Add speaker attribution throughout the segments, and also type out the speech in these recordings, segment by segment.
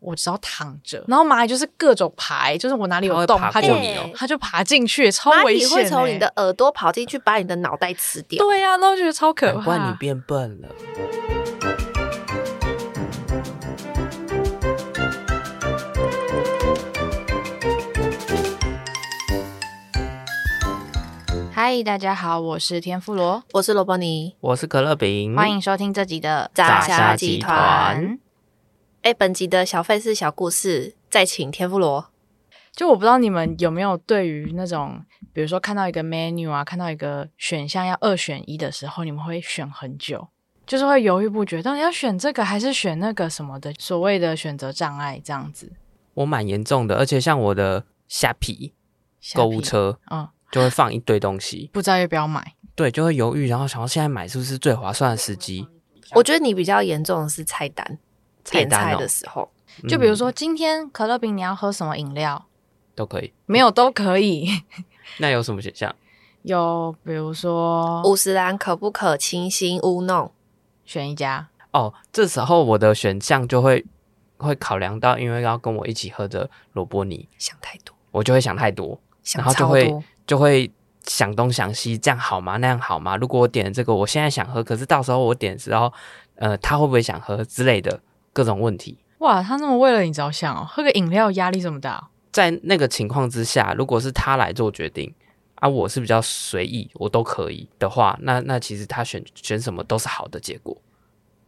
Speaker 1: 我只要躺着，然后蚂蚁就是各种爬，欸就是我哪里有洞，它
Speaker 2: 它会爬
Speaker 1: 就
Speaker 2: 过
Speaker 3: 你哦
Speaker 1: 它就爬进去，超
Speaker 3: 蚂
Speaker 1: 危
Speaker 3: 蚁
Speaker 1: 险、欸。
Speaker 3: 会从你的耳朵跑进去，把你的脑袋吃掉。
Speaker 1: 对呀、啊，那我觉得超可
Speaker 2: 难怪你
Speaker 1: 怕。
Speaker 2: 变笨了。
Speaker 1: 嗨，大家好，我是田富罗，
Speaker 3: 我是罗伯尼，
Speaker 2: 我是可乐饼，
Speaker 1: 欢迎收听这集的
Speaker 3: 炸
Speaker 2: 嗯虾集
Speaker 3: 集
Speaker 2: 团。
Speaker 3: 哎，本集的小费事小故事，再请天妇罗。
Speaker 1: 就我不知道你们有没有对于那种，比如说看到一个 menu 啊，看到一个选项要二选一的时候，你们会选很久，就是会犹豫不决，到底要选这个还是选那个什么的，所谓的选择障碍这样子。
Speaker 2: 我蛮严重的，而且像我的虾皮
Speaker 1: 下
Speaker 2: 购
Speaker 1: 批
Speaker 2: 物，车
Speaker 1: 嗯，
Speaker 2: 就会放一堆东西，
Speaker 1: 不知道要不要买。
Speaker 2: 对，就会犹豫，然后想要现在买是不是最划算的时机？
Speaker 3: 我觉得你比较严重的是菜单，
Speaker 2: 菜
Speaker 3: 点菜
Speaker 2: 单哦
Speaker 3: 的时候，
Speaker 1: 就比如
Speaker 2: 嗯
Speaker 1: 说今天可乐饼你要喝什么饮料，
Speaker 2: 都可以。
Speaker 1: 没有都可以。
Speaker 2: 那有什么选项？
Speaker 1: 有比如说
Speaker 3: 五十岚可不可清新乌弄？
Speaker 1: 选一家，
Speaker 2: 哦，这时候我的选项就会会考量到，因为要跟我一起喝的罗伯尼，
Speaker 3: 想太多，
Speaker 2: 我就会想太多，
Speaker 3: 想
Speaker 2: 然后就
Speaker 3: 超
Speaker 2: 会
Speaker 3: 多。
Speaker 2: 就会想东想西，这样好吗？那样好吗？如果我点了这个，我现在想喝，可是到时候我点的时候，呃，他会不会想喝之类的各种问题。
Speaker 1: 哇，他那么为了你着想哦，喝个饮料压力这么大哦、
Speaker 2: 在那个情况之下，如果是他来做决定，啊，我是比较随意，我都可以的话，那那其实他选选什么都是好的结果。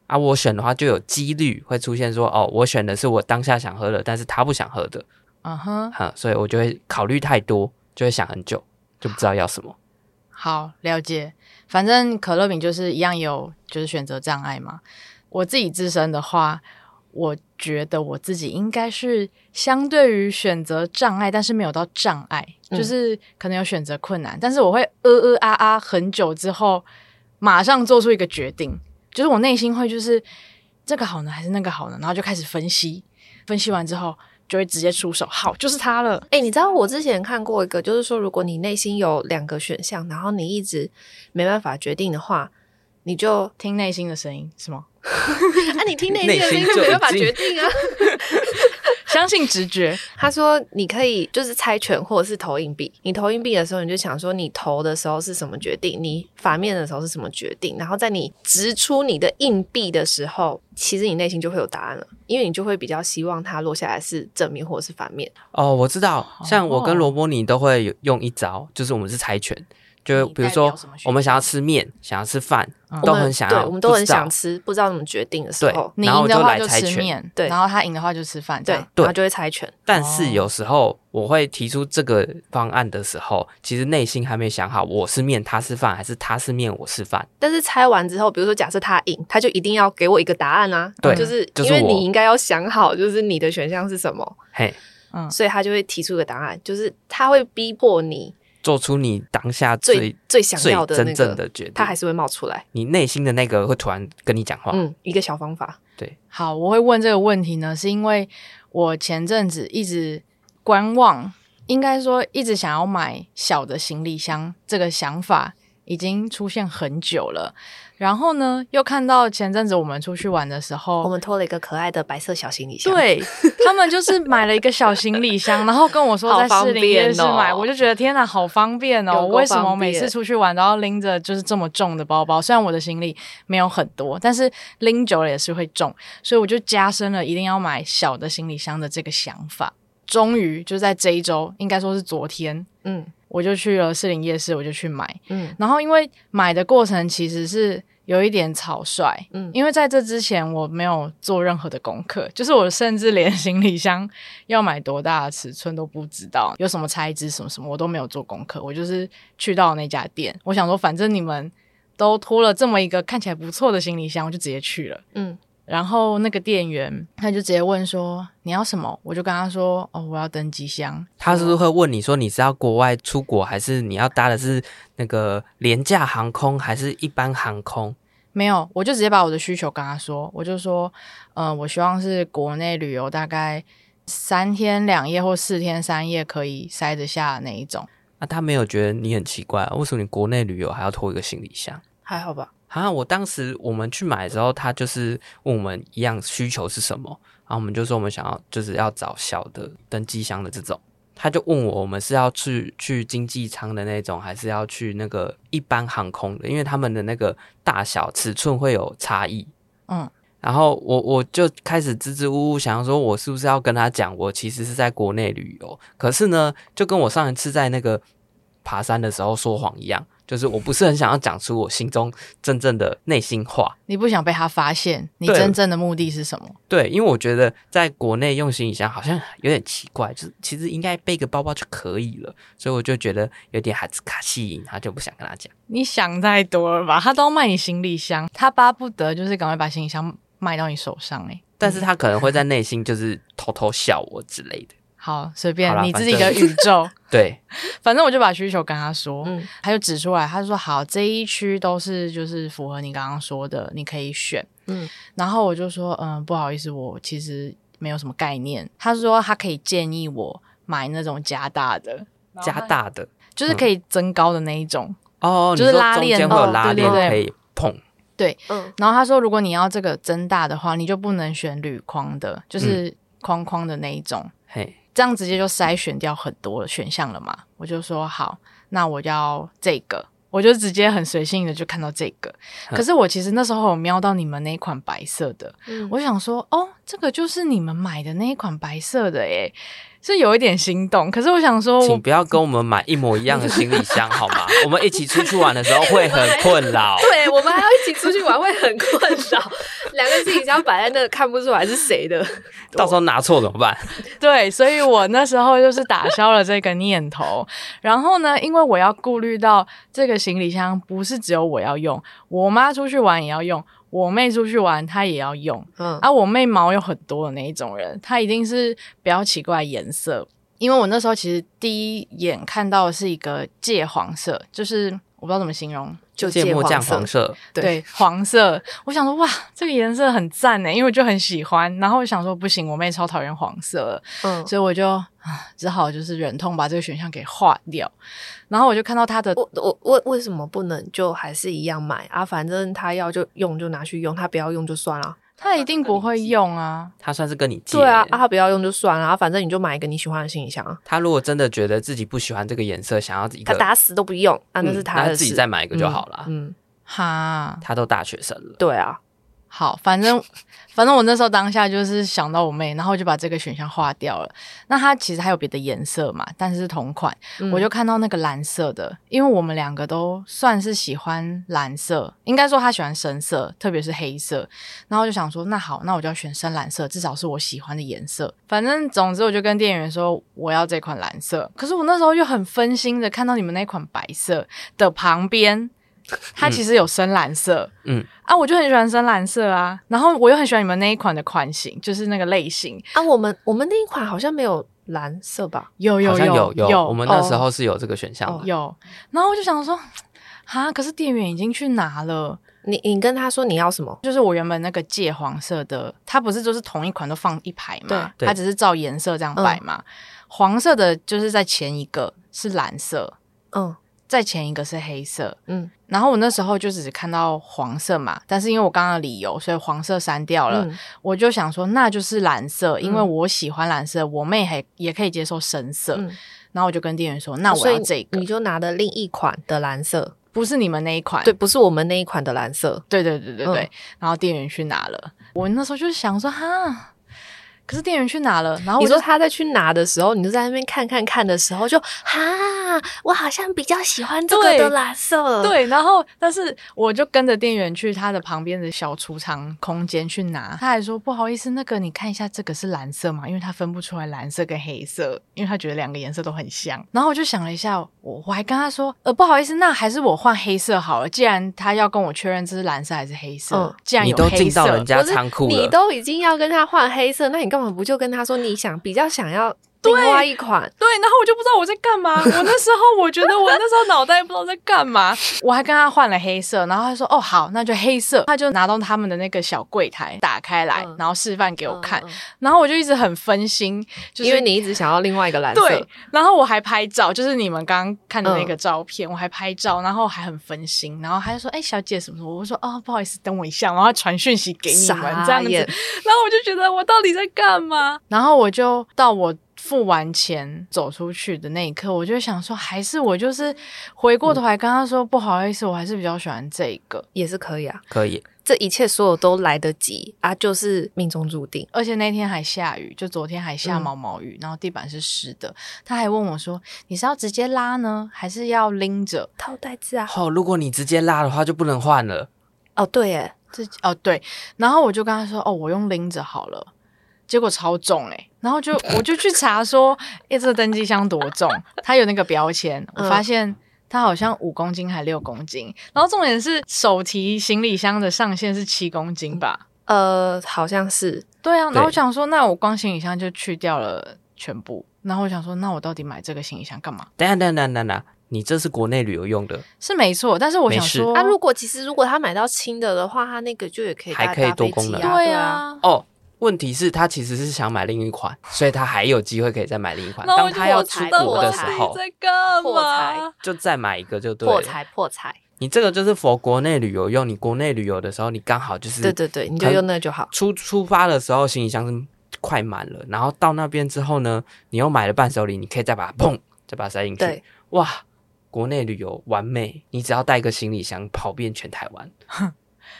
Speaker 2: 啊，我选的话就有几率会出现说，哦，我选的是我当下想喝的，但是他不想喝的，
Speaker 1: 嗯哼，
Speaker 2: 哈、所以我就会考虑太多，就会想很久，就不知道要什么。
Speaker 1: 好了解。反正可乐饼就是一样有就是选择障碍嘛。我自己自身的话，我觉得我自己应该是相对于选择障碍，但是没有到障碍，
Speaker 3: 嗯
Speaker 1: 就是可能有选择困难，但是我会呃呃啊啊很久之后，马上做出一个决定，就是我内心会就是这个好呢还是那个好呢，然后就开始分析，分析完之后就会直接出手，好就是它了。
Speaker 3: 哎、你知道我之前看过一个，就是说，如果你内心有两个选项，然后你一直没办法决定的话，你就
Speaker 1: 听内心的声音是吗？
Speaker 3: 啊，你听内
Speaker 2: 内
Speaker 3: 心
Speaker 2: 心
Speaker 3: 的声音
Speaker 2: 就
Speaker 3: 就没办法
Speaker 2: 已经
Speaker 3: 决定啊。
Speaker 1: 相信直觉，
Speaker 3: 他说你可以就是猜拳或者是投硬币。你投硬币的时候，你就想说你投的时候是什么决定，你反面的时候是什么决定，然后在你掷出你的硬币的时候，其实你内心就会有答案了，因为你就会比较希望它落下来是正面或者是反面。
Speaker 2: 哦，我知道，像我跟
Speaker 1: 哦
Speaker 2: 罗伯尼都会有用一招，就是我们是猜拳，就
Speaker 1: 你
Speaker 2: 比如
Speaker 1: 代表
Speaker 2: 说
Speaker 1: 什么选
Speaker 2: 我们想要吃面，想要吃饭
Speaker 1: 嗯，
Speaker 2: 都
Speaker 3: 我们
Speaker 2: 很想
Speaker 3: 对
Speaker 2: 要，
Speaker 3: 我们都
Speaker 2: 不
Speaker 3: 很
Speaker 2: 知道
Speaker 3: 想吃，不知道怎么决定的时
Speaker 2: 对
Speaker 3: 候，
Speaker 1: 哦你
Speaker 2: 然后
Speaker 1: 赢的
Speaker 2: 就
Speaker 1: 话
Speaker 2: 来
Speaker 1: 就
Speaker 2: 猜
Speaker 1: 吃
Speaker 2: 拳
Speaker 1: 面，
Speaker 3: 对
Speaker 1: 然后他赢的话就吃饭，这样
Speaker 3: 对，然后就会猜拳。
Speaker 2: 但
Speaker 1: 哦
Speaker 2: 是有时候我会提出这个方案的时候，其实内心还没想好，我是面，他是饭，还是他是面，我是饭。
Speaker 3: 但是猜完之后，比如说假设他赢，他就一定要给我一个答案啊，
Speaker 2: 对
Speaker 3: 就是
Speaker 2: 就是
Speaker 3: 因为
Speaker 2: 我
Speaker 3: 你应该要想好，就是你的选项是什么，
Speaker 2: 嘿，
Speaker 1: 嗯，
Speaker 3: 所以他就会提出一个答案，就是他会逼迫你
Speaker 2: 做出你当下
Speaker 3: 最
Speaker 2: 最
Speaker 3: 最想要的
Speaker 2: 最
Speaker 3: 那
Speaker 2: 真
Speaker 3: 个
Speaker 2: 正，的决定，
Speaker 3: 他还是会冒出来。
Speaker 2: 你内心的那个会突然跟你讲话。
Speaker 3: 嗯，一个小方法，
Speaker 1: 好，我会问这个问题呢，是因为我前阵子一直观望，应该说一直想要买小的行李箱，这个想法已经出现很久了。然后呢，又看到前阵子我们出去玩的时候，
Speaker 2: 哦
Speaker 3: 我们拖了一个可爱的白色小行李箱。，
Speaker 1: 对他们就是买了一个小行李箱，然后跟我说
Speaker 3: 好
Speaker 1: 在
Speaker 3: 方
Speaker 1: 士林夜市
Speaker 3: 便哦
Speaker 1: 买，我就觉得天哪，好方便
Speaker 3: 有
Speaker 1: 哦！
Speaker 3: 够
Speaker 1: 为什么
Speaker 3: 方
Speaker 1: 每
Speaker 3: 便
Speaker 1: 次出去玩都要拎着就是这么重的包包？虽然我的行李没有很多，但是拎久了也是会重，所以我就加深了一定要买小的行李箱的这个想法。终于就在这一周，应该说是昨天，
Speaker 3: 嗯
Speaker 1: 我就去了士林夜市，我就去买。
Speaker 3: 嗯
Speaker 1: 然后因为买的过程其实是有一点草率，
Speaker 3: 嗯，
Speaker 1: 因为在这之前我没有做任何的功课，就是我甚至连行李箱要买多大的尺寸都不知道，有什么材质什么什么我都没有做功课，我就是去到那家店，我想说反正你们都拖了这么一个看起来不错的行李箱，我就直接去了。
Speaker 3: 嗯
Speaker 1: 然后那个店员他就直接问说你要什么，我就跟他说哦我要登机箱，
Speaker 2: 他是不是会问你说你是要国外出国，还是你要搭的是那个廉价航空，还是一般航空？
Speaker 1: 没有，我就直接把我的需求跟他说，我就说，呃，我希望是国内旅游大概三天两夜或四天三夜可以塞得下的那一种。
Speaker 2: 啊，他没有觉得你很奇怪、啊，为什么你国内旅游还要拖一个行李箱？
Speaker 3: 还好吧。
Speaker 2: 啊，我当时我们去买的时候，他就是问我们一样需求是什么，然后我们就说我们想要就是要找小的登机箱的这种，他就问我我们是要去去经济舱的那种，还是要去那个一般航空的，因为他们的那个大小尺寸会有差异。
Speaker 1: 嗯，
Speaker 2: 然后我我就开始支支吾吾，想要说我是不是要跟他讲，我其实是在国内旅游。可是呢，就跟我上一次在那个爬山的时候说谎一样，就是我不是很想要讲出我心中真正的内心话。
Speaker 1: 你不想被他发现，你
Speaker 2: 对
Speaker 1: 真正的目的是什么？
Speaker 2: 对，因为我觉得在国内用行李箱好像有点奇怪，就是其实应该背个包包就可以了，所以我就觉得有点哈兹卡西，他就不想跟他讲。
Speaker 1: 你想太多了吧？他都要卖你行李箱，他巴不得就是赶快把行李箱卖到你手上哎、
Speaker 2: 但是他可能会在内心就是偷偷笑我之类的。
Speaker 1: 好，随
Speaker 2: 好
Speaker 1: 便
Speaker 2: 啦
Speaker 1: 你自己
Speaker 2: 反
Speaker 1: 的
Speaker 2: 正
Speaker 1: 宇宙，
Speaker 2: 对，
Speaker 1: 反正我就把需求跟他说，
Speaker 3: 嗯
Speaker 1: 他就指出来，他就说好，这一区都是就是符合你刚刚说的，你可以选。
Speaker 3: 嗯，
Speaker 1: 然后我就说，嗯，不好意思，我其实没有什么概念。他说他可以建议我买那种加大的，
Speaker 2: 加大的
Speaker 1: 就是可以增高的那一种。
Speaker 2: 哦，
Speaker 1: 就
Speaker 2: 你
Speaker 1: 是
Speaker 2: 说
Speaker 1: 拉链
Speaker 2: 中间会有
Speaker 1: 哦
Speaker 2: 拉
Speaker 1: 对
Speaker 2: 链
Speaker 1: 对
Speaker 2: 可
Speaker 1: 对
Speaker 2: 以碰。
Speaker 3: 嗯
Speaker 1: 然后他说，如果你要这个增大的话，你就不能选铝框的，就是框框的那一种。
Speaker 2: 嘿，
Speaker 1: 这样直接就筛选掉很多选项了嘛。我就说好，那我要这个，我就直接很随性的就看到这个。
Speaker 2: 嗯
Speaker 1: 可是我其实那时候有瞄到你们那一款白色的，
Speaker 3: 嗯，
Speaker 1: 我想说哦，这个就是你们买的那一款白色的耶，是有一点心动。可是我想哦说我
Speaker 2: 请不要跟我们买一模一样的行李箱好吗？我们一起出去玩的时候会很困扰。
Speaker 3: 对我们还要一起出去玩，会很困扰。两个自己箱摆在那，看不出来是谁的。
Speaker 2: 到时候拿错怎么办？
Speaker 1: 对，所以我那时候就是打消了这个念头。 然后呢，因为我要顾虑到这个行李箱不是只有我要用，我妈出去玩也要用，我妹出去玩她也要用。
Speaker 3: 嗯，
Speaker 1: 啊，我妹毛有很多的那一种人，她一定是比较奇怪的颜色。因为我那时候其实第一眼看到的是一个芥黄色，就是我不知道怎么形容，
Speaker 3: 就
Speaker 2: 芥
Speaker 3: 芥
Speaker 2: 末酱
Speaker 3: 色
Speaker 2: 黄色，
Speaker 3: 对
Speaker 1: 黄色。我想说哇，这个颜色很赞欸呢，因为我就很喜欢。然后我想说不行，我妹超讨厌黄色了，
Speaker 3: 嗯，
Speaker 1: 所以我就啊只好就是忍痛把这个选项给划掉。然后我就看到她的
Speaker 2: 哦
Speaker 3: 我我为为什么不能就还是一样买啊？反正他要就用就拿去用，他不要用就算了。
Speaker 1: 她一定不会用啊，
Speaker 2: 他算是跟你借。
Speaker 3: 对啊，啊他不要用就算了，啊反正你就买一个你喜欢的行李箱啊。
Speaker 2: 他如果真的觉得自己不喜欢这个颜色，想要一
Speaker 3: 他
Speaker 2: 个，
Speaker 3: 打死都不用，啊，
Speaker 2: 嗯
Speaker 3: 那是他的
Speaker 2: 自己
Speaker 3: 事
Speaker 2: 再买一个就好了。
Speaker 3: 嗯，嗯
Speaker 1: 哈，
Speaker 2: 他都大学生了，
Speaker 3: 对啊，
Speaker 1: 好，反正反正我那时候当下就是想到我妹，然后我就把这个选项划掉了。那它其实还有别的颜色嘛，但是是同款，
Speaker 3: 嗯
Speaker 1: 我就看到那个蓝色的，因为我们两个都算是喜欢蓝色，应该说她喜欢深色，特别是黑色。然后我就想说，那好，那我就要选深蓝色，至少是我喜欢的颜色。反正总之，我就跟店员说我要这款蓝色。可是我那时候又很分心的看到你们那款白色的旁边，它其实有深蓝色。
Speaker 2: 嗯
Speaker 1: 啊，我就很喜欢深蓝色啊，然后我又很喜欢你们那一款的款型，就是那个类型，
Speaker 3: 啊，我们我们那一款好像没有蓝色吧？
Speaker 1: 有
Speaker 2: 好
Speaker 1: 有
Speaker 2: 像有
Speaker 1: 有哦
Speaker 2: 我们那时候是有这个选项的。
Speaker 1: 有。然后我就想说，哈，可是店员已经去拿了。
Speaker 3: 你你跟他说你要什么？
Speaker 1: 就是我原本那个芥黄色的，它不是就是同一款都放一排嘛？
Speaker 2: 对
Speaker 1: 它只是照颜色这样摆
Speaker 3: 嗯
Speaker 1: 嘛。黄色的就是在前一个是蓝色，
Speaker 3: 嗯
Speaker 1: 在前一个是黑色。
Speaker 3: 嗯，
Speaker 1: 然后我那时候就只是看到黄色嘛，但是因为我刚刚的理由，所以黄色删掉了。
Speaker 3: 嗯
Speaker 1: 我就想说，那就是蓝色，因为
Speaker 3: 嗯
Speaker 1: 我喜欢蓝色，我妹还也可以接受深色。
Speaker 3: 嗯哦
Speaker 1: 然后我就跟店员说，那我
Speaker 3: 所以
Speaker 1: 要这个
Speaker 3: 你，就拿的另一款的蓝色，
Speaker 1: 不是你们那一款。
Speaker 3: 对，不是我们那一款的蓝色。
Speaker 1: 对对对对对。
Speaker 3: 嗯
Speaker 1: 然后店员去拿了，我那时候就想说，哈，可是店员去拿了，然后
Speaker 3: 你
Speaker 1: 我就
Speaker 3: 说他在去拿的时候，你就在那边看看看的时候就，哈，我好像比较喜欢这个
Speaker 1: 对
Speaker 3: 的蓝色。，
Speaker 1: 对，然后但是我就跟着店员去他的旁边的小储藏空间去拿，他还说不好意思，那个你看一下这个是蓝色嘛，因为他分不出来蓝色跟黑色，因为他觉得两个颜色都很像。然后我就想了一下，我我还跟他说，呃，不好意思，那还是我换黑色好了。既然他要跟我确认这是蓝色还是黑色，
Speaker 3: 嗯
Speaker 1: 既然
Speaker 2: 你
Speaker 1: 有
Speaker 2: 都
Speaker 1: 黑
Speaker 2: 进
Speaker 1: 色，
Speaker 2: 到人家
Speaker 3: 不是
Speaker 2: 仓库
Speaker 3: 你
Speaker 2: 了，
Speaker 3: 都已经要跟他换黑色，那你干嘛不就跟他说你想比较想要另外一款，
Speaker 1: 对，然后我就不知道我在干 嘛。我那时候我觉得我那时候脑袋不知道在干嘛。我还跟他换了黑色，然后他说：“哦，好，那就黑色。”他就拿到他们的那个小柜台，打开来，
Speaker 3: 嗯
Speaker 1: 然后示范给我看。
Speaker 3: 嗯嗯
Speaker 1: 然后我就一直很分心，就是
Speaker 3: 因为你一直想要另外一个蓝色，
Speaker 1: 对，然后我还拍照，就是你们刚刚看的那个照片，我还拍照，然后还很分心，然后他就说：“哎、小姐什么什么？”我说：“哦，不好意思，等我一下。”然后他传讯息给你们
Speaker 3: 傻
Speaker 1: 这样子，
Speaker 3: 眼
Speaker 1: 然后我就觉得我到底在干嘛？然后我就到我。付完钱走出去的那一刻，我就想说，还是我就是回过头来跟他说，不好意思，我还是比较喜欢这一个。
Speaker 3: 也是可以啊。
Speaker 2: 可以，
Speaker 3: 这一切所有都来得及啊，就是命中注定。
Speaker 1: 而且那天还下雨，就昨天还下
Speaker 3: 嗯
Speaker 1: 毛毛雨，然后地板是湿的。他还问我说：“你是要直接拉呢，还是要拎着？”
Speaker 3: 套袋子啊，
Speaker 2: 哦，如果你直接拉的话就不能换了。
Speaker 3: 哦对耶，
Speaker 1: 自己哦对，然后我就跟他说哦，我用拎着好了，结果超重哎、然后就我就去查说，哎、这个登机箱多重？它有那个标签，我发
Speaker 3: 嗯
Speaker 1: 现它好像五公斤还六公斤，然后重点是手提行李箱的上限是七公斤吧？
Speaker 3: 呃，好像是
Speaker 1: 对啊，然后我
Speaker 2: 对
Speaker 1: 想说，那我光行李箱就去掉了全部，然后我想说，那我到底买这个行李箱干嘛？
Speaker 2: 等一下等一下等一下等一下，你这是国内旅游用的，
Speaker 1: 是没错，但是我
Speaker 2: 没
Speaker 1: 想
Speaker 2: 事
Speaker 1: 说，
Speaker 3: 啊。如果其实如果他买到轻的的话，他那个就也可以搭
Speaker 2: 还可以
Speaker 3: 搭飞
Speaker 2: 多功
Speaker 3: 机
Speaker 2: 能
Speaker 3: 啊
Speaker 1: 对
Speaker 3: 对啊，
Speaker 1: 啊，
Speaker 2: 哦，问题是他其实是想买另一款，所以他还有机会可以再买另一款。
Speaker 1: 然后
Speaker 2: 当
Speaker 1: 我就
Speaker 2: 他要
Speaker 1: 我
Speaker 2: 出
Speaker 1: 知
Speaker 3: 到
Speaker 1: 道
Speaker 2: 国
Speaker 1: 我
Speaker 2: 的
Speaker 1: 自
Speaker 2: 时
Speaker 1: 己
Speaker 2: 候，
Speaker 1: 在干
Speaker 3: 啊破财
Speaker 1: 嘛？
Speaker 2: 就再买一个就对
Speaker 3: 破
Speaker 2: 了。
Speaker 3: 财破财，
Speaker 2: 你这个就是佛国内旅游用，你国内旅游的时候，你刚好就是
Speaker 3: 对对对，你就
Speaker 2: 可
Speaker 3: 用那个就好。
Speaker 2: 出出发的时候行李箱是快满了，然后到那边之后呢，你又买了伴手礼，你可以再把它砰再把它塞进去
Speaker 3: 对。
Speaker 2: 哇，国内旅游完美，你只要带一个行李箱跑遍全台 湾。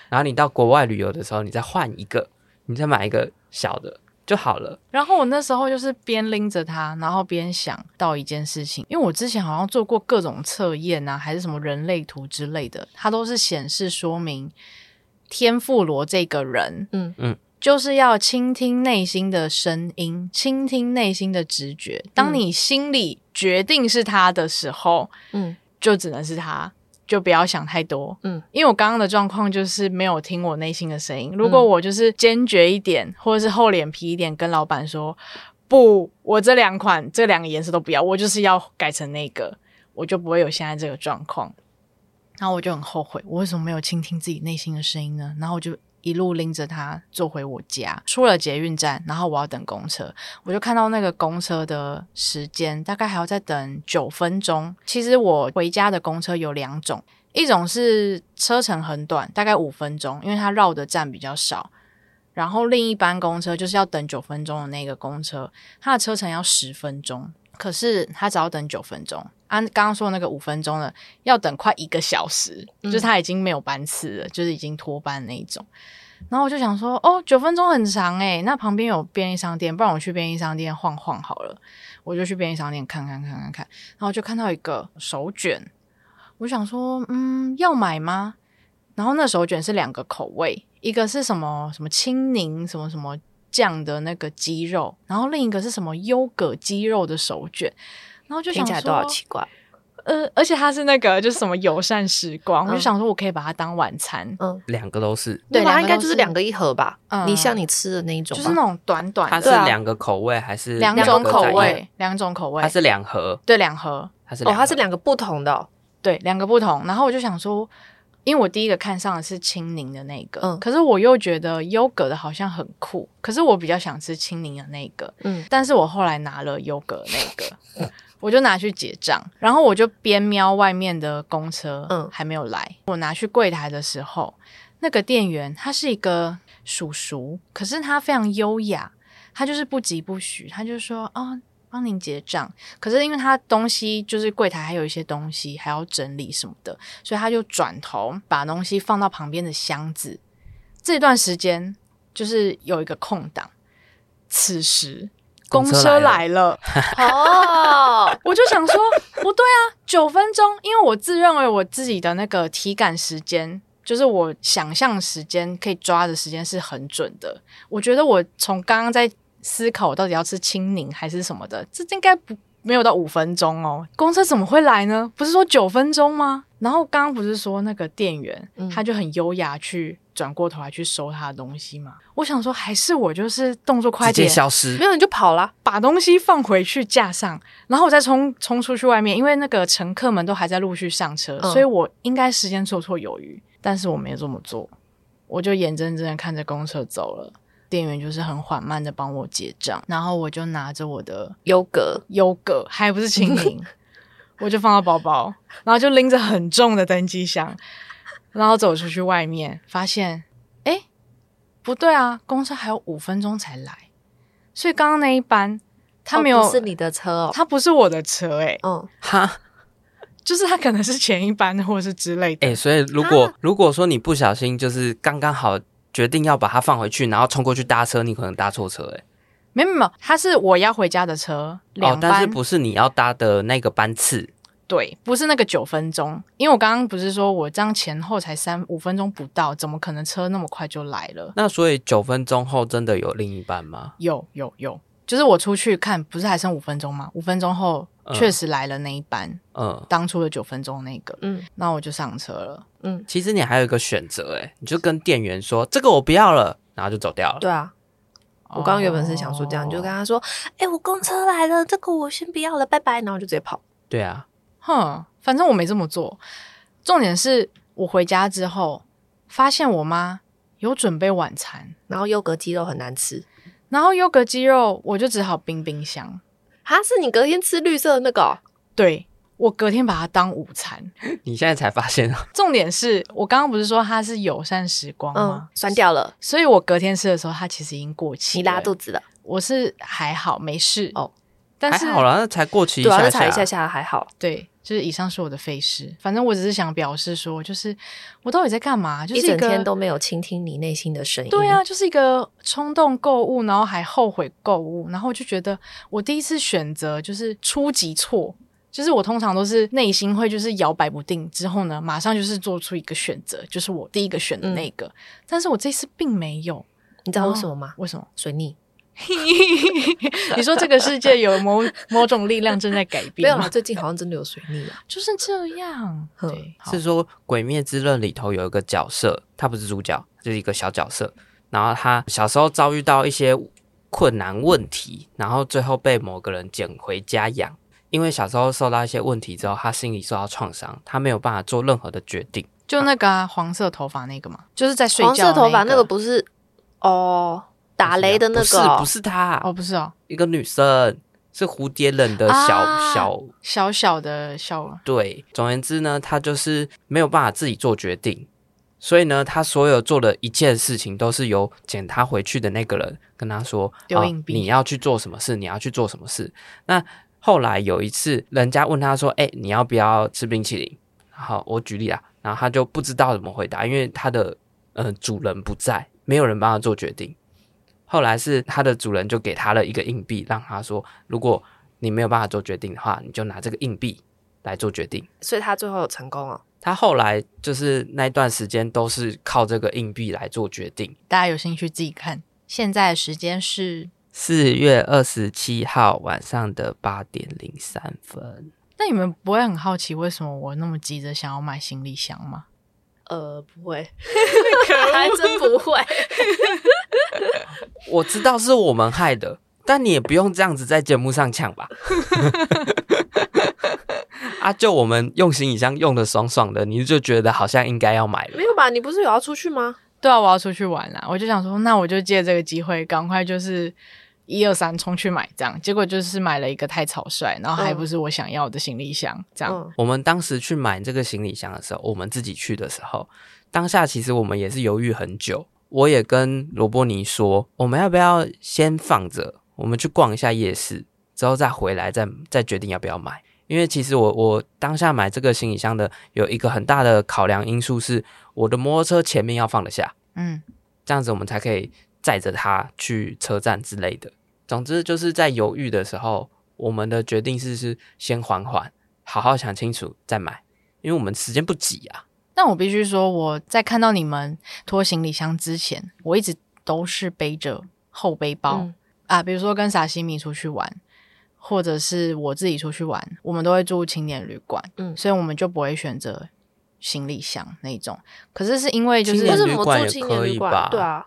Speaker 2: 然后你到国外旅游的时候，你再换一个，你再买一个小的就好了。
Speaker 1: 然后我那时候就是边拎着它，然后边想到一件事情，因为我之前好像做过各种测验啊，还是什么人类图之类的，它都是显示说明天妇罗这个人，
Speaker 3: 嗯
Speaker 2: 嗯，
Speaker 1: 就是要倾听内心的声音，倾听内心的直觉。当你心里决定是他的时候，
Speaker 3: 嗯，
Speaker 1: 就只能是他，就不要想太多。
Speaker 3: 嗯，
Speaker 1: 因为我刚刚的状况就是没有听我内心的声音。如果我就是坚决一点，或者是厚脸皮一点，跟老板说不，我这两款这两个颜色都不要，我就是要改成那个，我就不会有现在这个状况。然后我就很后悔，我为什么没有倾听自己内心的声音呢？然后我就一路拎着它坐回我家，出了捷运站，然后我要等公车，我就看到那个公车的时间大概还要再等九分钟。其实我回家的公车有两种，一种是车程很短，大概五分钟，因为它绕的站比较少。然后另一班公车就是要等九分钟的那个公车，它的车程要十分钟，可是它只要等九分钟。按、刚刚说的那个五分钟的，要等快一个小时，
Speaker 3: 嗯
Speaker 1: 就是它已经没有班次了，就是已经脱班那一种。然后我就想说，哦，九分钟很长诶、那旁边有便利商店，不然我去便利商店晃晃好了。我就去便利商店看看看看看，然后就看到一个手卷，我想说，嗯，要买吗？然后那手卷是两个口味，一个是什么什么青柠什么什么酱的那个鸡肉，然后另一个是什么优格鸡肉的手卷，然后就
Speaker 3: 听
Speaker 1: 想
Speaker 3: 起来
Speaker 1: 说，
Speaker 3: 都好奇怪。
Speaker 1: 呃，而且它是那个就是什么友善时光，我就
Speaker 3: 嗯
Speaker 1: 想说我可以把它当晚餐，
Speaker 2: 两个都是，
Speaker 3: 对
Speaker 1: 对
Speaker 3: 吧？
Speaker 1: 两个
Speaker 3: 它应该
Speaker 1: 都
Speaker 3: 就是
Speaker 1: 是
Speaker 3: 两个一盒吧。
Speaker 1: 嗯
Speaker 3: 你像你吃的那一种
Speaker 1: 就
Speaker 3: 吧，
Speaker 1: 是那种短短
Speaker 2: 它
Speaker 1: 的
Speaker 2: 是
Speaker 3: 对啊
Speaker 2: 两个口味还是
Speaker 1: 两
Speaker 2: 个
Speaker 1: 种
Speaker 2: 在
Speaker 1: 口
Speaker 2: 一
Speaker 1: 味，两种口味，
Speaker 2: 它是两盒，
Speaker 1: 对两盒，
Speaker 2: 它是
Speaker 3: 哦，它
Speaker 2: 盒
Speaker 3: 是两个不同的哦、
Speaker 1: 对，两个不同。然后我就想说，因为我第一个看上的是青柠的那个，
Speaker 3: 嗯
Speaker 1: 可是我又觉得优格的好像很酷，可是我比较想吃青柠的那个，
Speaker 3: 嗯，
Speaker 1: 但是我后来拿了优格那个。我就拿去结账，然后我就边瞄外面的公车，
Speaker 3: 嗯
Speaker 1: 嗯，还没有来。我拿去柜台的时候，那个店员他是一个叔叔，可是他非常优雅，他就是不疾不徐，他就说哦，帮您结账。可是因为他东西就是柜台还有一些东西还要整理什么的，所以他就转头把东西放到旁边的箱子。这段时间就是有一个空档，此时
Speaker 2: 公
Speaker 1: 公
Speaker 2: 车
Speaker 1: 车来
Speaker 2: 来
Speaker 1: 了，
Speaker 3: 哦，
Speaker 1: 我就想说，不对啊，九分钟，因为我自认为我自己的那个体感时间，就是我想象时间可以抓的时间是很准的。我觉得我从刚刚在思考我到底要吃青柠还是什么的，这应该不没有到五分钟哦，公车怎么会来呢？不是说九分钟吗？然后刚刚不是说那个店员、
Speaker 3: 嗯
Speaker 1: 他就很优雅去转过头来去收他的东西嘛？我想说，还是我就是动作快
Speaker 2: 直接
Speaker 1: 点，
Speaker 2: 消失
Speaker 3: 没。有你就跑啦。
Speaker 1: 把东西放回去架上，然后我再冲冲出去外面，因为那个乘客们都还在陆续上车，
Speaker 3: 嗯
Speaker 1: 所以我应该时间绰绰有余，但是我没有这么做，我就眼睁睁的看着公车走了。店员就是很缓慢的帮我结账，然后我就拿着我的
Speaker 3: 优格，
Speaker 1: 优格，还不是清 零，我就放到包包，然后就拎着很重的登机箱，然后走出去外面，发现哎、诶不对啊，公车还有五分钟才来，所以刚刚那一班他没有，
Speaker 3: 哦不是你的车哦。
Speaker 1: 他不是我的车、诶
Speaker 3: 嗯，
Speaker 2: 哈，
Speaker 1: 就是他可能是前一班或者是之类的。
Speaker 2: 哎、所以如果、如果说你不小心就是刚刚好决定要把它放回去，然后冲过去搭车，你可能搭错车、欸，
Speaker 1: 没没没有，他是我要回家的车，
Speaker 2: 哦
Speaker 1: 两，
Speaker 2: 但
Speaker 1: 班、
Speaker 2: 是不是你要搭的那个班次，
Speaker 1: 对，不是那个九分钟，因为我刚刚不是说我这样前后才三五分钟不到，怎么可能车那么快就来了？
Speaker 2: 那所以九分钟后真的有另一半吗？
Speaker 1: 有有有，就是我出去看，不是还剩五分钟吗？五分钟后
Speaker 2: 嗯
Speaker 1: 确实来了那一班，
Speaker 2: 嗯，
Speaker 1: 当初的九分钟那个，
Speaker 3: 嗯
Speaker 1: 那我就上车了。
Speaker 3: 嗯，
Speaker 2: 其实你还有一个选择，哎，你就跟店员说这个我不要了，然后就走掉了。
Speaker 3: 对啊，我刚刚原本是
Speaker 1: 哦
Speaker 3: 想说这样，你就跟他说，哎、我公车来了，这个我先不要了，拜拜，然后就直接跑。
Speaker 2: 对啊，
Speaker 1: 哼，反正我没这么做。重点是我回家之后，发现我妈有准备晚餐，
Speaker 3: 然后优格鸡肉很难吃，
Speaker 1: 然后优格鸡肉，我就只好冰冰箱。
Speaker 3: 哈，是你隔天吃绿色的那个哦、
Speaker 1: 对我隔天把它当午餐。
Speaker 2: 你现在才发现啊，
Speaker 1: 重点是我刚刚不是说它是友善时光
Speaker 3: 嗯
Speaker 1: 哦吗？，
Speaker 3: 酸掉了，
Speaker 1: 所以我隔天吃的时候，它其实已经过期。
Speaker 3: 你拉肚子了，
Speaker 1: 我是还好没事
Speaker 3: 哦，
Speaker 1: 但
Speaker 2: 还
Speaker 1: 是
Speaker 2: 好啦，那才过期一
Speaker 3: 对啊，
Speaker 2: 下
Speaker 3: 那
Speaker 2: 下，
Speaker 3: 踩一下下还好，
Speaker 1: 对，就是以上是我的费事。反正我只是想表示说，就是我到底在干嘛？就是
Speaker 3: 一整
Speaker 1: 个
Speaker 3: 天都没有倾听你内心的声音。
Speaker 1: 对啊，，就是一个冲动购物，然后还后悔购物，然后我就觉得我第一次选择就是初级错。就是我通常都是内心会就是摇摆不定，之后呢，马上就是做出一个选择，就是我第一个选的那
Speaker 3: 嗯
Speaker 1: 个。但是我这次并没有，
Speaker 3: 你知道为什么吗？
Speaker 1: 为什么？
Speaker 3: 水逆
Speaker 1: 你说这个世界有某某种力量正在改
Speaker 3: 没
Speaker 1: 变
Speaker 3: 有啦，
Speaker 1: 吗？
Speaker 3: 最近好像真的有水 逆了。
Speaker 1: 就是这样，
Speaker 3: 哼
Speaker 1: 对，好
Speaker 2: 是说《鬼灭之刃》里头有一个角色，他不是主角，就是一个小角色。然后他小时候遭遇到一些困难问题，然后最后被某个人捡回家养。因为小时候受到一些问题之后，他心里受到创伤，他没有办法做任何的决定。
Speaker 1: 就那个、啊、黄色头发那个嘛，就是在睡觉、
Speaker 3: 黄色头发
Speaker 1: 那
Speaker 3: 那个不是哦，打雷的那
Speaker 2: 不是
Speaker 3: 个哦、
Speaker 2: 不是他，
Speaker 1: 哦，不是哦，
Speaker 2: 一个女生是蝴蝶忍的小、
Speaker 1: 啊
Speaker 2: 小
Speaker 1: 小小的小
Speaker 2: 对，总而言之呢，他就是没有办法自己做决定，所以呢，他所有做的一切事情都是由捡他回去的那个人跟他说，
Speaker 1: 丢
Speaker 2: 啊
Speaker 1: 硬币
Speaker 2: 你要去做什么事，你要去做什么事。那后来有一次，人家问他说：“哎、你要不要吃冰淇淋？”好，我举例啊，然后他就不知道怎么回答，因为他的呃主人不在，没有人帮他做决定。后来是他的主人就给他了一个硬币，让他说：“如果你没有办法做决定的话，你就拿这个硬币来做决定。
Speaker 3: 所以他最后有成功哦。
Speaker 2: 他后来就是那一段时间都是靠这个硬币来做决定。
Speaker 1: 大家有兴趣自己看。现在的时间是，
Speaker 2: 四月二十七号晚上的八点零三分，
Speaker 1: 那你们不会很好奇为什么我那么急着想要买行李箱 吗？
Speaker 3: 呃，不会， 还真不会。
Speaker 2: 我知道是我们害的，但你也不用这样子在节目上抢吧。 啊，就我们用行李箱用的爽爽的，你就觉得好像应该要买了
Speaker 3: 没。有吧？你不是有要出去吗？
Speaker 1: 对啊，我要出去玩啦，我就想说，那我就借这个机会，赶快就是一二三冲去买这样。结果就是买了一个太草率，然后还
Speaker 3: 嗯
Speaker 1: 不是我想要的行李箱这样。
Speaker 3: 嗯，
Speaker 2: 我们当时去买这个行李箱的时候，我们自己去的时候，当下其实我们也是犹豫很久。我也跟罗伯尼说，我们要不要先放着，我们去逛一下夜市，之后再回来再再决定要不要买。因为其实我我当下买这个行李箱的有一个很大的考量因素是，我的摩托车前面要放得下，
Speaker 1: 嗯，
Speaker 2: 这样子我们才可以载着它去车站之类的。总之就是在犹豫的时候，我们的决定是是先缓缓，好好想清楚再买，因为我们时间不急啊。
Speaker 1: 但我必须说，我在看到你们拖行李箱之前，我一直都是背着后背包、
Speaker 3: 嗯
Speaker 1: 啊，比如说跟傻西米出去玩，或者是我自己出去玩，我们都会住青年旅馆，
Speaker 3: 嗯
Speaker 1: 嗯，所以我们就不会选择行李箱那一种。可是是因为就
Speaker 2: 青
Speaker 1: 是
Speaker 2: 年
Speaker 3: 为
Speaker 2: 旅
Speaker 3: 什么
Speaker 2: 馆
Speaker 3: 住
Speaker 2: 也
Speaker 3: 青
Speaker 2: 可
Speaker 3: 年
Speaker 2: 以
Speaker 3: 旅馆
Speaker 2: 吧？
Speaker 3: 对啊，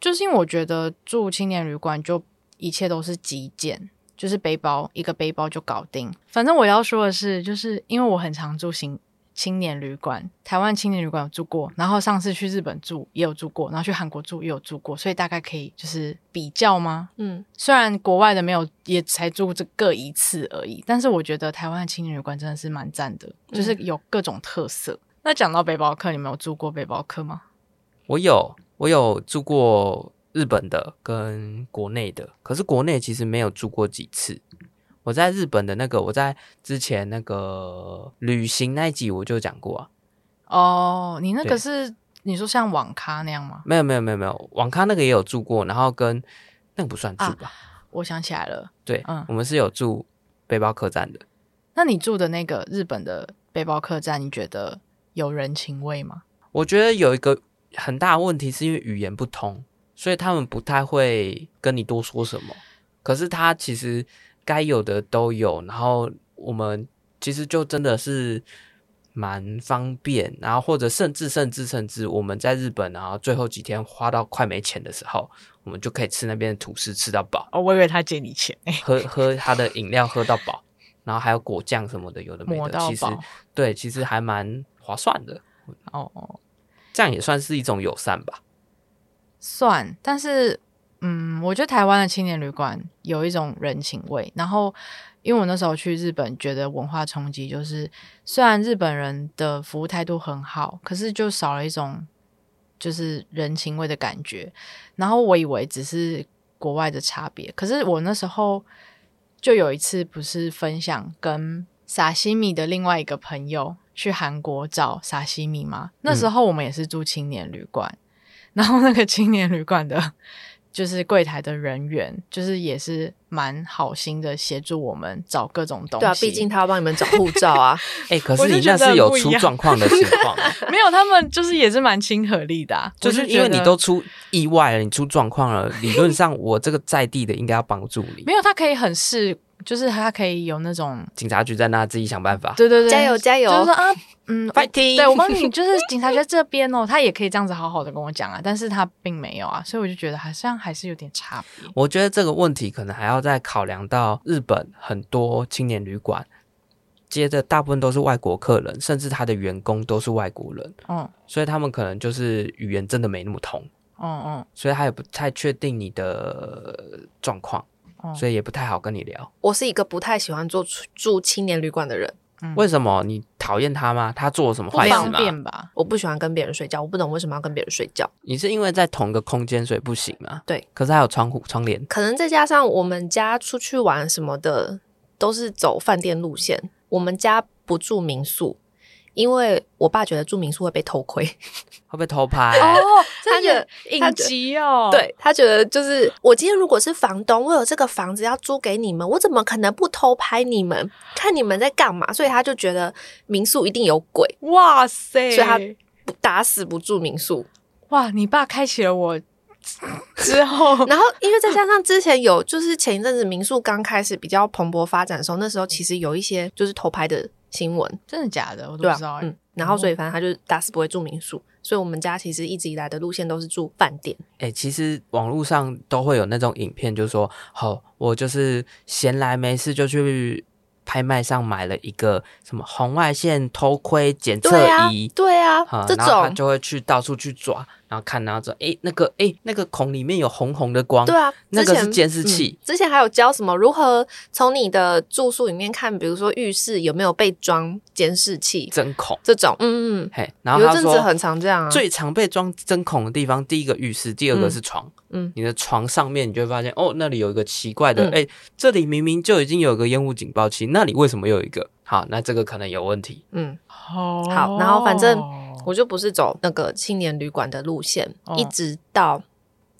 Speaker 1: 就是因为我觉得住青年旅馆就一切都是极简，就是背包一个背包就搞定。反正我要说的是，就是因为我很常住青青年旅馆，台湾青年旅馆有住过，然后上次去日本住也有住过，然后去韩国住也有住过，所以大概可以就是比较吗？
Speaker 3: 嗯，
Speaker 1: 虽然国外的没有，也才住这各一次而已，但是我觉得台湾的青年旅馆真的是蛮赞的，就是有各种特色。那讲到背包客，你们有住过背包客吗？
Speaker 2: 我有，我有住过日本的跟国内的，可是国内其实没有住过几次。我在日本的那个，我在之前那个旅行那一集我就讲过啊，
Speaker 1: 哦，你那
Speaker 2: 对
Speaker 1: 个是你说像网咖那样吗？
Speaker 2: 没有没有没有没有，网咖那个也有住过，然后跟那个不算住吧？
Speaker 1: 我想起来了，
Speaker 2: 对，
Speaker 1: 嗯
Speaker 2: 我们是有住背包客栈的，
Speaker 1: 那你住的那个日本的背包客栈，你觉得有人情味吗？
Speaker 2: 我觉得有一个很大的问题是因为语言不通，所以他们不太会跟你多说什么。可是他其实该有的都有，然后我们其实就真的是蛮方便，然后或者甚至甚至甚至我们在日本，然后最后几天花到快没钱的时候，我们就可以吃那边的吐司吃到饱，
Speaker 1: 哦，我以为他借你 钱，
Speaker 2: 喝喝他的饮料喝到饱，然后还有果酱什么的，有的没
Speaker 1: 磨
Speaker 2: 的，
Speaker 1: 到
Speaker 2: 其实
Speaker 1: 饱。
Speaker 2: 对，其实还蛮划算的，
Speaker 1: 哦，
Speaker 2: 这样也算是一种友善吧。
Speaker 1: 算，但是嗯，我觉得台湾的青年旅馆有一种人情味。然后，因为我那时候去日本，觉得文化冲击就是，虽然日本人的服务态度很好，可是就少了一种就是人情味的感觉。然后我以为只是国外的差别，可是我那时候就有一次不是分享跟萨西米的另外一个朋友去韩国找萨西米吗？那
Speaker 3: 嗯
Speaker 1: 时候我们也是住青年旅馆，然后那个青年旅馆的，就是柜台的人员，就是也是蛮好心的协助我们找各种东西。
Speaker 3: 对啊，毕竟他要帮你们找护 照啊，
Speaker 2: 哎、可
Speaker 1: 我
Speaker 2: 是
Speaker 1: 就
Speaker 2: 你
Speaker 1: 觉
Speaker 2: 那
Speaker 1: 得
Speaker 2: 是有
Speaker 1: 不一
Speaker 2: 出
Speaker 1: 样
Speaker 2: 状况的情 况，
Speaker 1: 没有他们就是也是蛮亲和力的啊、
Speaker 2: 就是
Speaker 1: 我
Speaker 2: 因为
Speaker 1: 觉
Speaker 2: 你
Speaker 1: 得
Speaker 2: 都出意外了，你出状况了，理论上我这个在地的应该要帮助你
Speaker 1: 没。有他可以很是，就是他可以有那种
Speaker 2: 警察局在那自己想办法。
Speaker 1: 对对对，
Speaker 3: 加油加油
Speaker 1: 就是说啊，嗯，我
Speaker 2: Fighting！
Speaker 1: 对我帮你，就是警察局在这边哦，他 也可以这样子好好的跟我讲啊，但是他并没有啊，所以我就觉得好像还是有点差别。
Speaker 2: 我觉得这个问题可能还要再考量到日本很多青年旅馆接的大部分都是外国客人，甚至他的员工都是外国人，
Speaker 1: 嗯
Speaker 2: 所以他们可能就是语言真的没那么通，
Speaker 1: 嗯
Speaker 2: 所以他也不太确定你的状况，
Speaker 1: 嗯，
Speaker 2: 所以也不太好跟你聊。
Speaker 3: 我是一个不太喜欢住住青年旅馆的人，
Speaker 1: 嗯
Speaker 2: 为什么你讨厌他吗？他做了什么
Speaker 1: 不
Speaker 2: 坏事
Speaker 1: 方
Speaker 2: 吗？
Speaker 1: 便吧？
Speaker 3: 我不喜欢跟别人睡觉，我不懂为什么要跟别人睡觉。
Speaker 2: 你是因为在同个空间所以不行吗？
Speaker 3: 对，
Speaker 2: 可是还有窗户窗帘，
Speaker 3: 可能再加上我们家出去玩什么的，都是走饭店路线。我们家不住民宿，因为我爸觉得住民宿会被偷窥。
Speaker 2: 会被偷
Speaker 1: 哦，
Speaker 2: 拍。
Speaker 3: 哎他觉得
Speaker 1: 这也
Speaker 3: 他
Speaker 1: 隐疾哦，，
Speaker 3: 对他觉得就是，我今天如果是房东，我有这个房子要租给你们，我怎么可能不偷拍你们，看你们在干嘛？所以他就觉得民宿一定有鬼，
Speaker 1: 哇塞，
Speaker 3: 所以他不打死不住民宿。
Speaker 1: 哇，你爸开启了我之 后，
Speaker 3: 然后，因为再加上之前有，就是前一阵子民宿刚开始比较蓬勃发展的时候，那时候其实有一些就是偷拍的新闻，
Speaker 1: 真的假的？我都
Speaker 3: 对
Speaker 1: 不
Speaker 3: 吧
Speaker 1: 知道、？欸
Speaker 3: 嗯，然后所以反正他就打死不会住民宿，所以我们家其实一直以来的路线都是住饭店。
Speaker 2: 哎、其实网络上都会有那种影片，就是说，好，我就是闲来没事就去拍卖上买了一个什么红外线偷窥检测
Speaker 3: 对啊
Speaker 2: 仪，。
Speaker 3: 对啊，
Speaker 2: 啊，
Speaker 3: 这
Speaker 2: 然后他
Speaker 3: 种
Speaker 2: 就会去到处去抓，然后看，然后说，哎、那个，哎、那个孔里面有红红的光，
Speaker 3: 对啊，
Speaker 2: 哦那
Speaker 3: 之
Speaker 2: 个
Speaker 3: 前
Speaker 2: 是监视器
Speaker 3: 嗯之前还有教什么如何从你的住宿里面看，比如说浴室有没有被装监视器
Speaker 2: 针孔，
Speaker 3: 这种，嗯嗯
Speaker 2: 嘿，然
Speaker 3: 嗯，
Speaker 2: 后
Speaker 3: 有一
Speaker 2: 他
Speaker 3: 阵
Speaker 2: 说
Speaker 3: 子很常这样啊，
Speaker 2: 最常被装针孔的地方，第一个浴室，第二个是床。
Speaker 3: 嗯嗯
Speaker 2: 你的床上面你就会发现，哦，那里有一个奇怪的，
Speaker 3: 嗯
Speaker 2: 哎、这里明明就已经有一个烟雾警报器，那里为什么又有一个？好，那这个可能有问题。
Speaker 3: 嗯，
Speaker 1: 好
Speaker 3: 好然后反正
Speaker 2: 哦
Speaker 3: 我就不是走那个青年旅馆的路线，
Speaker 1: 哦
Speaker 3: 一直到。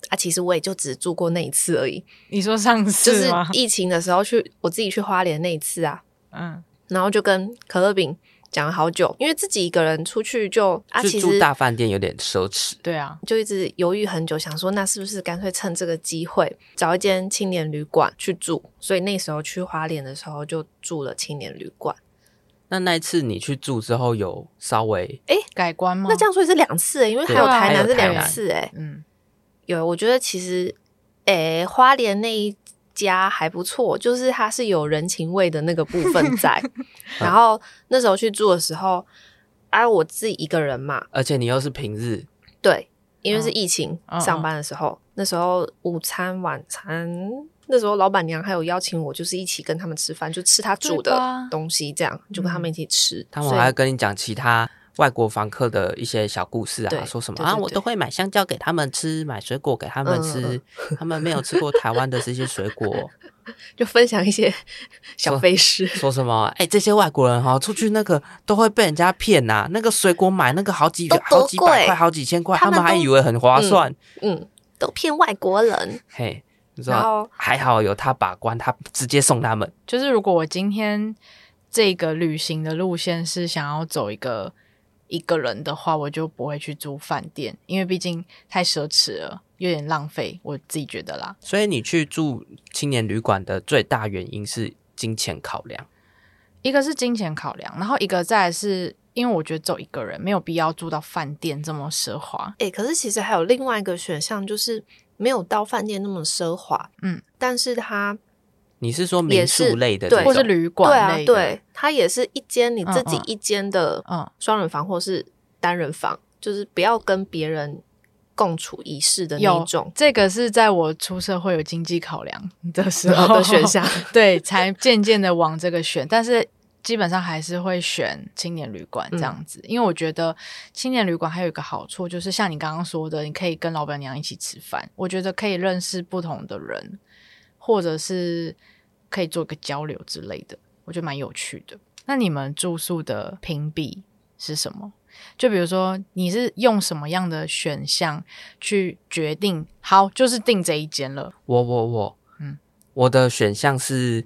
Speaker 3: 啊，其实我也就只住过那一次而已，
Speaker 1: 你说上
Speaker 3: 就
Speaker 1: 次
Speaker 3: 是
Speaker 1: 吗？
Speaker 3: 疫情的时候去我自己去花莲那一次啊，
Speaker 1: 嗯，
Speaker 3: 然后就跟可乐饼讲了好久，因为自己一个人出去就啊，
Speaker 2: 就
Speaker 3: 其
Speaker 2: 住
Speaker 3: 实
Speaker 2: 大饭店有点奢侈。
Speaker 1: 对啊，
Speaker 3: 就一直犹豫很久，想说那是不是干脆趁这个机会找一间青年旅馆去住？所以那时候去花莲的时候就住了青年旅馆。
Speaker 2: 那那一次你去住之后，有稍微
Speaker 1: 改观吗？
Speaker 3: 那这样说也是两次、欸，因为还
Speaker 2: 对
Speaker 3: 有
Speaker 1: 对啊
Speaker 3: 台南
Speaker 1: 还有
Speaker 3: 是
Speaker 1: 台
Speaker 3: 两
Speaker 1: 南
Speaker 3: 次哎、
Speaker 1: 嗯，
Speaker 3: 有，我觉得其实，诶、花莲那一家还不错，就是它是有人情味的那个部分在。 然后那时候去住的时候，啊，我自己一个人嘛，
Speaker 2: 而且你又是平日，
Speaker 3: 对，因为
Speaker 1: 嗯
Speaker 3: 是疫情、
Speaker 1: 嗯
Speaker 3: 上班的时候，那时候午餐、晚餐，那时候老板娘还有邀请我，就是一起跟他们吃饭，就吃她煮
Speaker 1: 对
Speaker 3: 的
Speaker 1: 吧嗯
Speaker 3: 东西，这样就跟他们一起吃。
Speaker 2: 他们
Speaker 3: 所以
Speaker 2: 还会跟你讲其他外国访客的一些小故事啊，
Speaker 3: 对
Speaker 2: 说什么
Speaker 3: 对
Speaker 2: 啊，
Speaker 3: 对
Speaker 2: 我
Speaker 3: 对
Speaker 2: 都会买香蕉给他们吃，买水果给他们
Speaker 3: 嗯
Speaker 2: 吃，他们没有吃过台湾的这些水果，
Speaker 3: 就分享一些 小
Speaker 2: 说
Speaker 3: 飞事。
Speaker 2: 说什么哎、这些外国人哈、出去那个都会被人家骗呐、那个水果买那个好几
Speaker 3: 都多
Speaker 2: 好几百
Speaker 3: 贵
Speaker 2: 块，好几千块，
Speaker 3: 他
Speaker 2: 他
Speaker 3: 们
Speaker 2: 们还
Speaker 3: 都
Speaker 2: 以为很划算，
Speaker 3: 嗯，都骗外国人。
Speaker 2: 嘿，你知
Speaker 3: 然
Speaker 2: 道
Speaker 3: 后
Speaker 2: 还好有他把关，他直接送他们。
Speaker 1: 就是如果我今天这个旅行的路线是想要走一个一个人的话，我就不会去住饭店，因为毕竟太奢侈了，有点浪费，我自己觉得啦。
Speaker 2: 所以你去住青年旅馆的最大原因是金钱考量，
Speaker 1: 一个是金钱考量，然后一个再来是因为我觉得走一个人没有必要住到饭店这么奢华，
Speaker 3: 诶，可是其实还有另外一个选项，就是没有到饭店那么奢华，
Speaker 1: 嗯，
Speaker 3: 但是它
Speaker 2: 你是说民
Speaker 3: 也是
Speaker 2: 宿类的
Speaker 3: 对
Speaker 2: 这
Speaker 1: 或是
Speaker 2: 种
Speaker 1: 旅
Speaker 3: 对
Speaker 1: 馆
Speaker 3: 啊
Speaker 1: 类，的，
Speaker 3: 对，它也是一间你自己
Speaker 1: 嗯嗯
Speaker 3: 一间的
Speaker 1: 嗯，
Speaker 3: 双人房或是单人房，就是不要跟别人共处一室的那
Speaker 1: 有
Speaker 3: 一种
Speaker 1: 这个是在我出社会有经济考量的 时
Speaker 3: 然
Speaker 1: 候
Speaker 3: 呃后的选，项。
Speaker 1: 对，才渐渐的往这个选，但是。基本上还是会选青年旅馆这样子，因为我觉得青年旅馆还有一个好处，就是像你刚刚说的，你可以跟老板娘一起吃饭，我觉得可以认识不同的人，或者是可以做个交流之类的，我觉得蛮有趣的。那你们住宿的评比是什么？就比如说，你是用什么样的选项去决定？好，就是定这一间了。
Speaker 2: 我我我，
Speaker 1: 嗯
Speaker 2: 嗯，我的选项是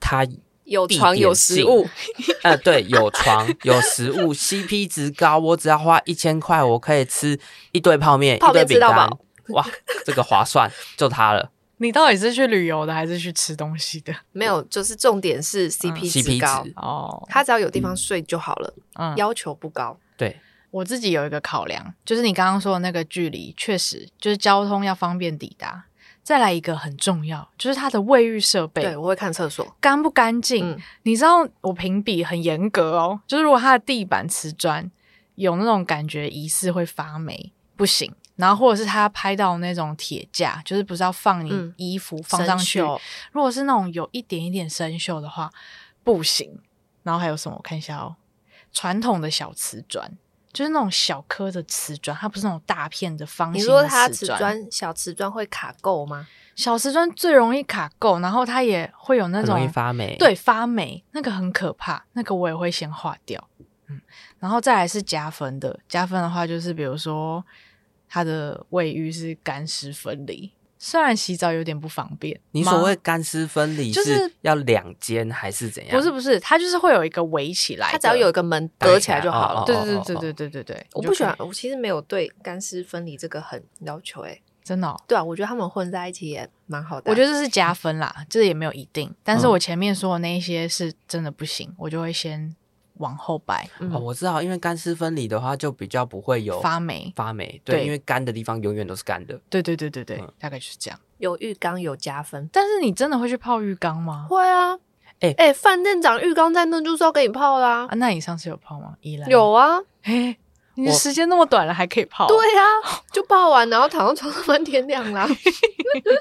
Speaker 2: 它
Speaker 3: 有
Speaker 2: 必
Speaker 3: 床有
Speaker 2: 点
Speaker 3: 食
Speaker 2: 性
Speaker 3: 物，
Speaker 2: 呃，对，有床有食物，CP 值高，我只要花一千块，我可以吃一堆泡面，
Speaker 3: 泡面
Speaker 2: 一堆饼
Speaker 3: 吃到
Speaker 2: 干
Speaker 3: 饱，
Speaker 2: 哇，这个划算，就它了
Speaker 1: 你到底是去旅游的，还是去吃东西的？
Speaker 3: 没有，就是重点
Speaker 1: 嗯
Speaker 3: 是 CP 值高，
Speaker 2: ，CP 值，
Speaker 1: 哦，
Speaker 3: 他只要有地方睡就好了，
Speaker 1: 嗯，
Speaker 3: 要求不高。
Speaker 2: 对，
Speaker 1: 我自己有一个考量，就是你刚刚说的那个距离，确实就是交通要方便抵达。再来一个很重要，就是它的卫浴设备
Speaker 3: 对，我会看厕所，
Speaker 1: 干不干净。
Speaker 3: 嗯，
Speaker 1: 你知道我评比很严格哦，就是如果它的地板瓷砖有那种感觉疑似会发霉，不行。然后或者是他拍到那种铁架，就是不是要放你
Speaker 3: 嗯
Speaker 1: 衣服、放上去，
Speaker 3: 生锈
Speaker 1: 如果是那种有一点一点生锈的话，不行。然后还有什么？我看一下哦，传统的小瓷砖，就是那种小颗的瓷砖，它不是那种大片的方
Speaker 3: 你
Speaker 1: 形
Speaker 3: 说
Speaker 1: 的
Speaker 3: 它瓷
Speaker 1: 瓷砖。
Speaker 3: 砖小瓷砖会卡垢吗？
Speaker 1: 小瓷砖最容易卡垢，然后它也会有那
Speaker 2: 很
Speaker 1: 种
Speaker 2: 容易发霉，
Speaker 1: 对，发霉那个很可怕，那个我也会先划掉。嗯，然后再来是加分的，加分的话就是比如说它的卫浴是干湿分离，虽然洗澡有点不方便吗。
Speaker 2: 你所谓干湿分离
Speaker 1: 就是
Speaker 2: 是要两间还是怎样？
Speaker 1: 不是不是，它就是会有一个围起来的，
Speaker 3: 它只要有一个门
Speaker 2: 打开
Speaker 3: 隔起来就好
Speaker 2: 哦
Speaker 3: 了
Speaker 2: 哦。
Speaker 1: 对对对对对对对对，
Speaker 3: 我
Speaker 1: 你
Speaker 3: 不
Speaker 1: 就
Speaker 3: 喜欢
Speaker 1: 可，以
Speaker 3: 我其实没有对干湿分离这个很要求、欸。
Speaker 1: 真的哦、
Speaker 3: 对啊，我觉得他们混在一起也蛮好的啊。
Speaker 1: 我觉
Speaker 3: 得
Speaker 1: 得这是加分啦，这也没有一定，但是
Speaker 2: 嗯
Speaker 1: 我前面说的那一些是真的不行，我就会先往后摆
Speaker 3: 嗯
Speaker 2: 哦，我知道，因为干湿分离的话，就比较不会有
Speaker 1: 发霉。
Speaker 2: 发霉，对，
Speaker 1: 对
Speaker 2: 因为干的地方永远都是干的。
Speaker 1: 对对对对对
Speaker 2: 嗯，
Speaker 1: 大概就是这样。
Speaker 3: 有浴缸有加分。
Speaker 1: 但是你真的会去泡浴缸吗？
Speaker 3: 会啊，
Speaker 2: 欸
Speaker 3: 哎、饭店长浴缸在那就是要给你泡啦、
Speaker 1: 啊，那你上次有泡吗？依兰
Speaker 3: 有，啊，
Speaker 1: 哎，你的
Speaker 2: 我
Speaker 1: 时间那么短了，还可以泡？
Speaker 3: 对啊，就泡完然后躺到床上翻天亮啦。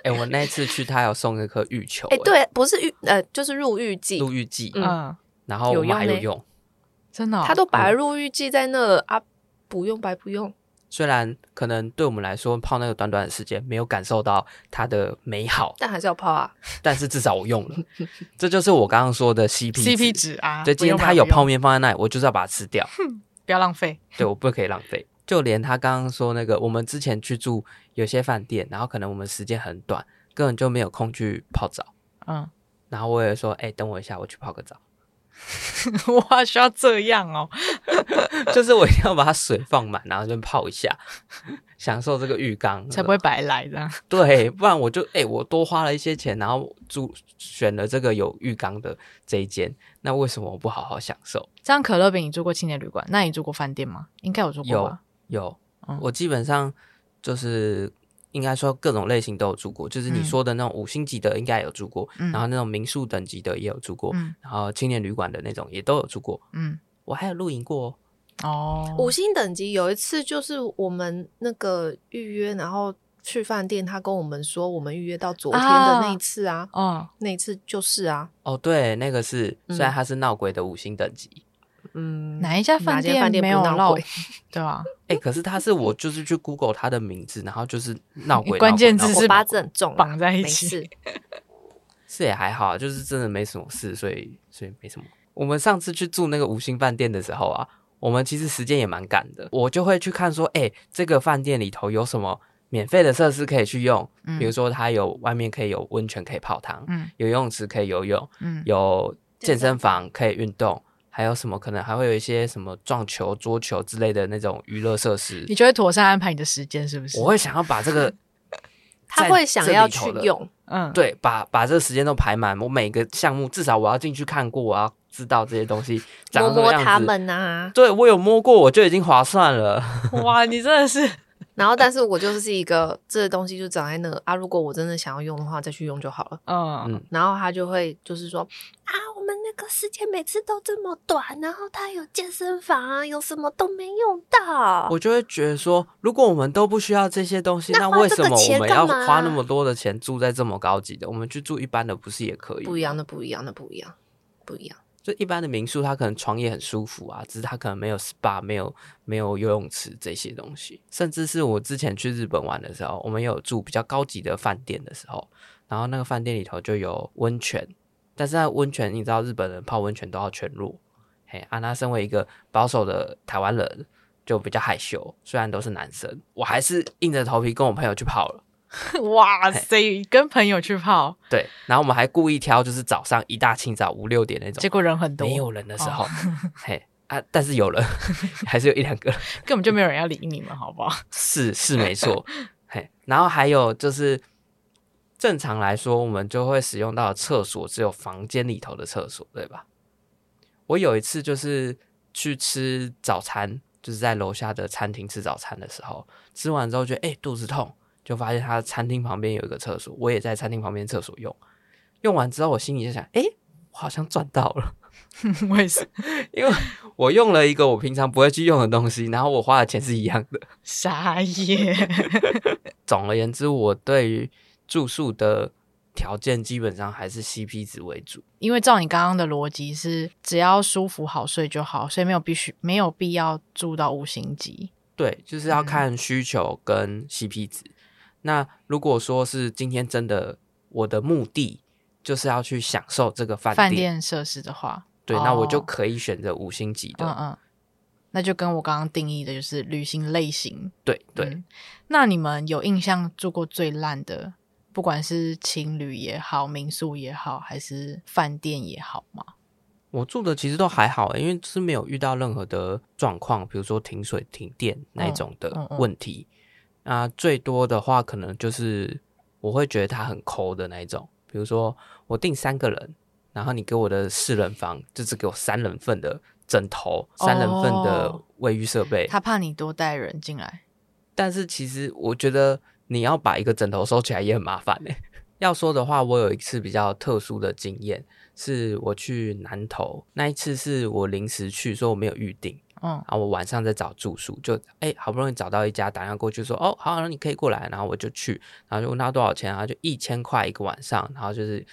Speaker 2: 哎、我那一次去，他有送一颗浴球、
Speaker 3: 哎、
Speaker 2: 欸，
Speaker 3: 对，不是浴呃，就是入浴剂，
Speaker 2: 入浴剂，
Speaker 3: 嗯
Speaker 1: 嗯，
Speaker 2: 然后
Speaker 3: 有
Speaker 2: 我们还
Speaker 3: 用
Speaker 2: 有
Speaker 3: 嘞
Speaker 2: 用。
Speaker 1: 真的哦，
Speaker 3: 他都摆入浴剂在那了啊，不用白不用。
Speaker 2: 虽然可能对我们来说泡那个短短的时间没有感受到它的美好，
Speaker 3: 但还是要泡啊，
Speaker 2: 但是至少我 用了，这就是我刚刚说的 CP
Speaker 1: CP 值啊，
Speaker 2: 对，
Speaker 1: 不
Speaker 2: 今天
Speaker 1: 用
Speaker 2: 它
Speaker 1: 买
Speaker 2: 有
Speaker 1: 不用
Speaker 2: 泡面放在那里，我就是要把它吃掉。
Speaker 1: 不要浪费。
Speaker 2: 对，我不可以浪费。就连他刚刚说那个，我们之前去住有些饭店，然后可能我们时间很短，根本就没有空去泡澡。
Speaker 1: 嗯，
Speaker 2: 然后我也说，哎、等我一下，我去泡个澡。
Speaker 1: 我还需要这样哦？
Speaker 2: 就是我一定要把它水放满，然后就泡一下，享受这个浴缸，
Speaker 1: 才不会白来这样。
Speaker 2: 对， 不然我就哎、我多花了一些钱，然后住选了这个有浴缸的这一间，那为什么我不好好享受？
Speaker 1: 这样可乐饼你住过青年旅馆，那你住过饭店吗？应该有住过
Speaker 2: 有
Speaker 1: 吧？
Speaker 2: 有
Speaker 1: 嗯，
Speaker 2: 我基本上就是应该说各种类型都有住过，就是你说的那种五星级的应该有住过，
Speaker 1: 嗯
Speaker 2: 然后那种民宿等级的也有住过，
Speaker 1: 嗯
Speaker 2: 然后青年旅馆的那种也都有住过，
Speaker 1: 嗯，
Speaker 2: 我还有露营过哦。
Speaker 1: 哦，
Speaker 3: 五星等级有一次就是我们那个预约，然后去饭店，他跟我们说我们预约到昨天的那一次啊，
Speaker 1: 哦，
Speaker 3: 那一次就是啊，
Speaker 2: 哦，对，那个是
Speaker 3: 嗯
Speaker 2: 虽然它是闹鬼的五星等级，
Speaker 3: 嗯，
Speaker 1: 哪一家
Speaker 3: 哪
Speaker 1: 饭
Speaker 3: 间饭店
Speaker 1: 没有
Speaker 3: 不闹
Speaker 1: 闹
Speaker 3: 鬼？？
Speaker 1: 对啊，
Speaker 2: 哎、可是它是我就是去 Google 它的名字，然后就是闹 鬼，
Speaker 1: 关键
Speaker 2: 闹
Speaker 1: 字
Speaker 2: 鬼闹
Speaker 1: 是
Speaker 2: 鬼
Speaker 3: 我八字很重啊，
Speaker 1: 绑在一
Speaker 3: 没
Speaker 1: 起
Speaker 3: 事。
Speaker 2: 是也还好啊，就是真的没什么事，所以所以没什么。我们上次去住那个五星饭店的时候啊，我们其实时间也蛮赶的，我就会去看说，哎、这个饭店里头有什么免费的设施可以去用，
Speaker 1: 嗯
Speaker 2: 比如说它有外面可以有温泉可以泡汤，
Speaker 1: 嗯
Speaker 2: 有游泳池可以游泳，
Speaker 1: 嗯
Speaker 2: 有健身房可以运动。还有什么可能还会有一些什么撞球、桌球之类的那种娱乐设施
Speaker 1: 你，就会妥善安排你的时间，是不是？
Speaker 2: 我会想要把这个
Speaker 3: 他
Speaker 2: 在
Speaker 3: 会想
Speaker 2: 这里
Speaker 3: 要去
Speaker 2: 头的
Speaker 3: 用，
Speaker 1: 嗯，
Speaker 2: 对，把把这个时间都排满，我每个项目至少我要进去看过，我要知道这些东西长
Speaker 3: 摸
Speaker 2: 什么
Speaker 3: 摸
Speaker 2: 样子。
Speaker 3: 他们啊。
Speaker 2: 对我有摸过，我就已经划算了。
Speaker 1: 哇，你真的是
Speaker 3: 然后，但是我就是一个这个东西就长在那啊，如果我真的想要用的话，再去用就好了。
Speaker 1: 嗯
Speaker 2: 嗯
Speaker 3: 然后他就会就是说啊，我们那个时间每次都这么短，然后他有健身房啊，有什么都没用到。
Speaker 2: 我就会觉得说，如果我们都不需要这些东西，
Speaker 3: 那
Speaker 2: 那
Speaker 3: 花
Speaker 2: 为
Speaker 3: 这
Speaker 2: 什
Speaker 3: 个
Speaker 2: 么我
Speaker 3: 钱
Speaker 2: 们
Speaker 3: 干
Speaker 2: 要
Speaker 3: 嘛啊
Speaker 2: 花那么多的钱住在这么高级的？我们去住一般的不是也可以？
Speaker 3: 不一样，那不一样，那不一样，不一样。
Speaker 2: 就一般的民宿，它可能床也很舒服啊，只是它可能没有 SPA，没有没有游泳池这些东西。甚至是我之前去日本玩的时候，我们也有住比较高级的饭店的时候，然后那个饭店里头就有温泉，但是那温泉你知道日本人泡温泉都要全裸，嘿，啊，那身为一个保守的台湾人，就比较害羞，虽然都是男生，我还是硬着头皮跟我朋友去泡了。
Speaker 1: 哇塞，跟朋友去泡，
Speaker 2: 对，然后我们还故意挑就是早上一大清早五六点那种
Speaker 1: 结果人很多，
Speaker 2: 没有人的时候，嘿啊，但是有人， 还是有一两个人，
Speaker 1: 根本就没有人要理你们，好不好？
Speaker 2: 是是没错，嘿，然后还有就是正常来说，我们就会使用到的厕所只有房间里头的厕所，对吧？我有一次就是去吃早餐，就是在楼下的餐厅吃早餐的时候，吃完之后觉得哎、肚子痛，就发现他餐厅旁边有一个厕所，我也在餐厅旁边厕所用，用完之后我心里就想，哎、我好像赚到了。
Speaker 1: 我也是
Speaker 2: 因为我用了一个我平常不会去用的东西，然后我花的钱是一样的。
Speaker 1: 傻眼，
Speaker 2: 总而言之，我对于住宿的条件基本上还是 CP 值为主。
Speaker 1: 因为照你刚刚的逻辑是，只要舒服好睡就好，所以没有必须没有必要住到五星级。
Speaker 2: 对，就是
Speaker 1: 嗯
Speaker 2: 要看需求跟 CP 值。那如果说是今天真的我的目的就是要去享受这个饭店，
Speaker 1: 饭店设施的话，
Speaker 2: 对，那我就
Speaker 1: 哦
Speaker 2: 可以选择五星级的。
Speaker 1: 嗯嗯，那就跟我刚刚定义的就是旅行类型。
Speaker 2: 对对，
Speaker 1: 嗯那你们有印象住过最烂的，不管是情侣也好，民宿也好，还是饭店也好吗？
Speaker 2: 我住的其实都还好、欸因为是没有遇到任何的状况，比如说停水、停电那一种
Speaker 1: 嗯
Speaker 2: 的
Speaker 1: 嗯
Speaker 2: 问题。那、最多的话，可能就是我会觉得它很抠的那一种，比如说我订三个人，然后你给我的四人房就只给我三人份的枕头、三人份的
Speaker 1: 哦
Speaker 2: 卫浴设备，
Speaker 1: 他怕你多带人进来，
Speaker 2: 但是其实我觉得你要把一个枕头收起来也很麻烦呢、要说的话，我有一次比较特殊的经验，是我去南投那一次，是我临时去，所以我没有预定。
Speaker 1: 嗯
Speaker 2: 然后我晚上在找住宿，就哎、好不容易找到一家，打电话过去说哦好，那你可以过来，然后我就去，然后就问他多少钱，然后就一千块一个晚上，然后就是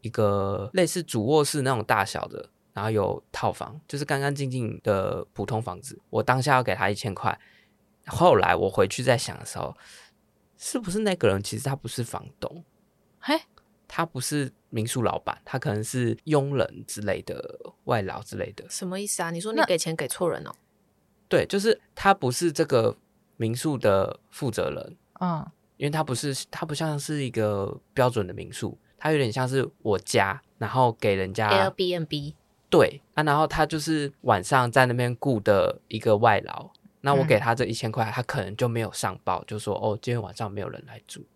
Speaker 2: 一个类似主卧室那种大小的，然后有套房，就是干干净净的普通房子。我当下要给他一千块，后来我回去在想的时候，是不是那个人其实他不是房东，
Speaker 1: 嘿，
Speaker 2: 他不是民宿老板，他可能是佣人之类的外劳之类的，
Speaker 3: 什么意思啊？你说你
Speaker 1: 那
Speaker 3: 给钱给错人哦？
Speaker 2: 对，就是他不是这个民宿的负责人，
Speaker 1: 嗯
Speaker 2: 因为他不是他不像是一个标准的民宿，他有点像是我家，然后给人家
Speaker 3: 啊 Airbnb
Speaker 2: 对啊，然后他就是晚上在那边雇的一个外劳，那我给他这一千块，他可能就没有上报，就说哦，今天晚上没有人来住，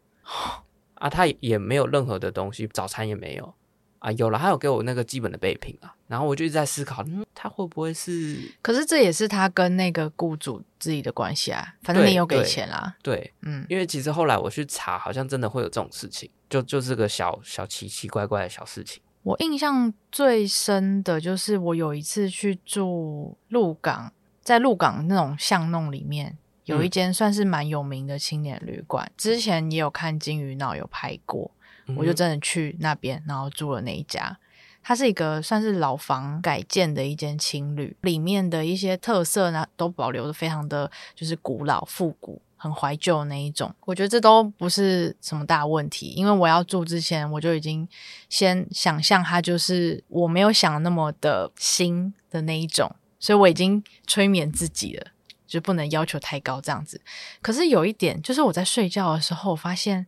Speaker 2: 啊，他也也没有任何的东西，早餐也没有。啊，有了，他有给我那个基本的备品啊，然后我就一直在思考，嗯，他会不会是
Speaker 1: 可是这也是他跟那个雇主自己的关系啊，反正
Speaker 2: 对
Speaker 1: 你有给
Speaker 2: 对
Speaker 1: 钱啦，
Speaker 2: 对
Speaker 1: 嗯，
Speaker 2: 因为其实后来我去查，好像真的会有这种事情，就就是个小小奇奇怪怪的小事情。
Speaker 1: 我印象最深的就是我有一次去住鹿港，在鹿港那种巷弄里面，有一间算是蛮有名的青年旅馆，之前也有看《金鱼脑》有拍过，我就
Speaker 2: 这
Speaker 1: 真的去那边，然后住了那一家。它是一个算是老房改建的一间青旅，里面的一些特色呢都保留的非常的就是古老复古。很怀旧的那一种，我觉得这都不是什么大问题，因为我要住之前我就已经先想象它就是我没有想那么的新的那一种，所以我已经催眠自己了，就不能要求太高这样子。可是有一点，就是我在睡觉的时候，我发现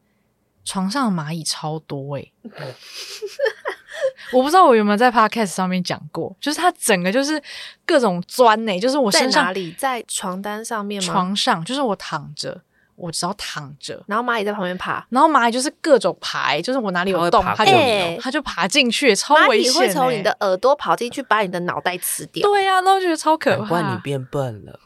Speaker 1: 床上的蚂蚁超多诶、 我不知道我有没有在 podcast 上面讲过，就是它整个就是各种钻呢、就是我
Speaker 3: 在
Speaker 1: 身
Speaker 3: 哪
Speaker 1: 上、
Speaker 3: 里？在床单上面吗？
Speaker 1: 床上，就是我躺着，我只要躺着，
Speaker 3: 然后蚂蚁在旁边爬，
Speaker 1: 然后蚂蚁就是各种爬、欸，就是我哪里有洞，
Speaker 2: 它
Speaker 1: 它
Speaker 2: 会爬
Speaker 1: 就
Speaker 2: 过
Speaker 3: 你哦
Speaker 1: 它就爬进去，超
Speaker 3: 蚂
Speaker 1: 危
Speaker 3: 蚁
Speaker 1: 险、欸。
Speaker 3: 会从你的耳朵跑进去，把你的脑袋吃掉。
Speaker 1: 对呀、啊，那我觉得超可
Speaker 2: 难怪
Speaker 1: 怕，
Speaker 2: 你变笨了。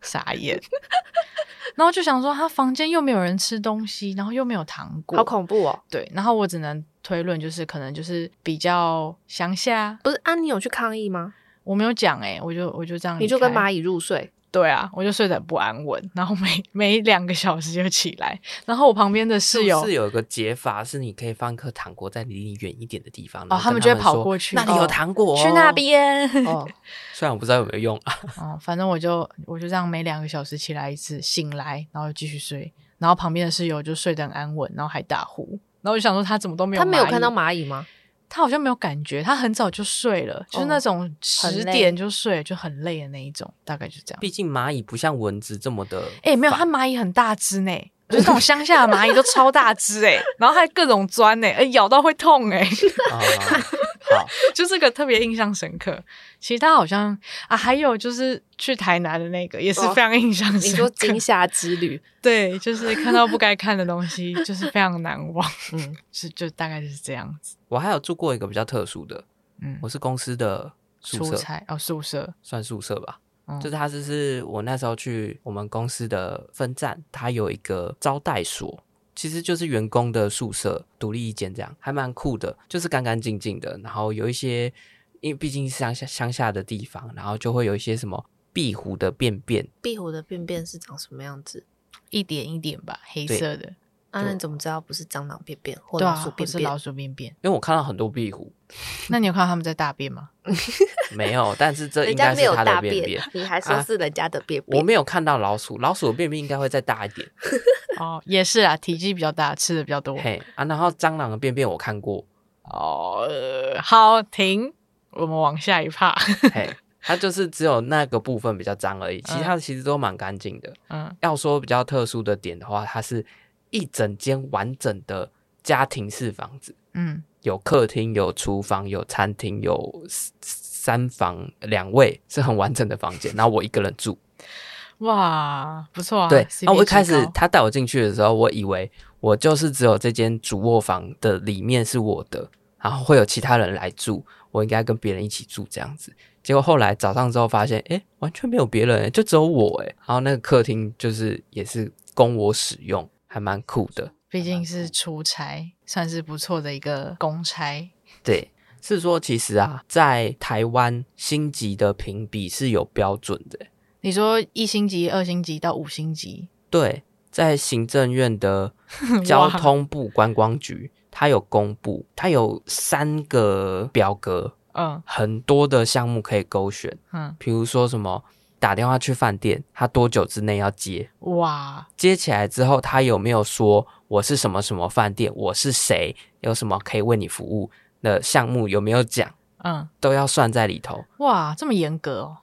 Speaker 1: 傻眼。 然后就想说，他房间又没有人吃东西，然后又没有糖果，
Speaker 3: 好恐怖哦！
Speaker 1: 对，然后我只能推论，就是可能就是比较乡下，
Speaker 3: 不是啊，你有去抗议吗？
Speaker 1: 我没有讲哎、我就我就这样离开，
Speaker 3: 你就跟蚂蚁入睡，
Speaker 1: 对啊，我就睡得很不安稳，然后每 每两个小时就起来，然后我旁边的室友
Speaker 2: 是有一个解法，是你可以放颗糖果在离你远一点的地方，然
Speaker 1: 哦，
Speaker 2: 后
Speaker 1: 他们
Speaker 2: 跟们
Speaker 1: 就会跑
Speaker 2: 说
Speaker 1: 过去，
Speaker 2: 那里有
Speaker 1: 哦
Speaker 2: 糖果、
Speaker 1: 去那。边，
Speaker 3: 哦，
Speaker 2: 虽然我不知道有没有用啊，
Speaker 1: 哦，反正我就我就这样每两个小时起来一次，醒来然后又继续睡，然后旁边的室友就睡得很安稳，然后还打呼，然后我就想说他怎么都没有，
Speaker 3: 他没有看到，蚂蚁 吗？
Speaker 1: 他好像没有感觉，他很早就睡了，就是那种十
Speaker 3: 哦很累
Speaker 1: 点就睡，就很累的那一种，大概就这样。
Speaker 2: 毕竟蚂蚁不像蚊子这么的。
Speaker 1: 哎、没有，它蚂蚁很大只呢，就是那种乡下的蚂蚁都超大只哎，然后还各种钻呢，哎、咬到会痛哎，
Speaker 2: 啊好，
Speaker 1: 就这个特别印象深刻。其他好像啊，还有就是去台南的那个也是非常印象深刻。
Speaker 3: 哦你说惊吓之旅，
Speaker 1: 对，就是看到不该看的东西，就是非常难忘，
Speaker 3: 嗯，
Speaker 1: 是就大概就是这样子。
Speaker 2: 我还有住过一个比较特殊的，
Speaker 1: 嗯
Speaker 2: 我，是公司的宿
Speaker 1: 出
Speaker 2: 舍，
Speaker 1: 差哦，宿舍
Speaker 2: 算宿舍吧。
Speaker 1: 嗯
Speaker 2: 就是它就是我那时候去我们公司的分站，它有一个招待所，其实就是员工的宿舍，独立一间这样，还蛮酷的，就是干干净净的。然后有一些，因为毕竟是乡下乡下的地方，然后就会有一些什么壁虎的便便，
Speaker 3: 壁虎的便便是长什么样子？
Speaker 1: 一点一点吧，黑
Speaker 2: 对
Speaker 1: 色的，
Speaker 3: 啊，
Speaker 2: 对
Speaker 3: 那你怎么知道不是蟑螂便便或
Speaker 1: 对
Speaker 3: 老
Speaker 1: 啊，
Speaker 3: 鼠
Speaker 1: 或
Speaker 3: 便
Speaker 1: 是
Speaker 3: 便
Speaker 1: 老？鼠便便。
Speaker 2: 因为我看到很多壁虎，
Speaker 1: 那你有看到他们在大便吗？
Speaker 2: 没有，但是这
Speaker 3: 人
Speaker 2: 应
Speaker 3: 家
Speaker 2: 该
Speaker 3: 没
Speaker 2: 是
Speaker 3: 有
Speaker 2: 它
Speaker 3: 大
Speaker 2: 的便便。
Speaker 3: 你还 说
Speaker 2: 啊
Speaker 3: 是人家的便
Speaker 2: 我
Speaker 3: 便？
Speaker 2: 没有看到老鼠，老鼠的便便应该会再大一点。
Speaker 1: 哦，也是啊，体积比较大，吃的比较多。
Speaker 2: 嘿啊，然后蟑螂的便便我看过，
Speaker 1: 哦，呃好，停，我们往下一趴。
Speaker 2: 嘿，它就是只有那个部分比较脏而已，其他的其实都蛮干净的。
Speaker 1: 嗯，
Speaker 2: 要说比较特殊的点的话，它是一整间完整的家庭式房子，
Speaker 1: 嗯，
Speaker 2: 有客厅、有厨房、有餐厅、有三三房两卫，是很完整的房间。然后我一个人住，
Speaker 1: 哇，不错啊。
Speaker 2: 对。
Speaker 1: CP
Speaker 2: 啊，我
Speaker 1: 值
Speaker 2: 一开始
Speaker 1: 高
Speaker 2: 他带我进去的时候，我以为我就是只有这间主卧房的里面是我的，然后会有其他人来住，我应该跟别人一起住这样子。结果后来早上之后发现，哎、完全没有别人、诶就只有我哎、诶然后那个客厅就是也是供我使用，还蛮酷的。
Speaker 1: 毕竟是出差，算是不错的一个公差。
Speaker 2: 对，是说其实啊，在台湾星级的评比是有标准的。
Speaker 1: 你说一星级、二星级到五星级，
Speaker 2: 对，在行政院的交通部观光局，它有公布，它有三个表格，
Speaker 1: 嗯
Speaker 2: 很多的项目可以勾选，
Speaker 1: 嗯，
Speaker 2: 比如说什么打电话去饭店，它多久之内要接。
Speaker 1: 哇，
Speaker 2: 接起来之后，他有没有说我是什么什么饭店，我是谁，有什么可以为你服务的项目有没有讲，
Speaker 1: 嗯
Speaker 2: 都要算在里头。
Speaker 1: 哇，这么严格哦。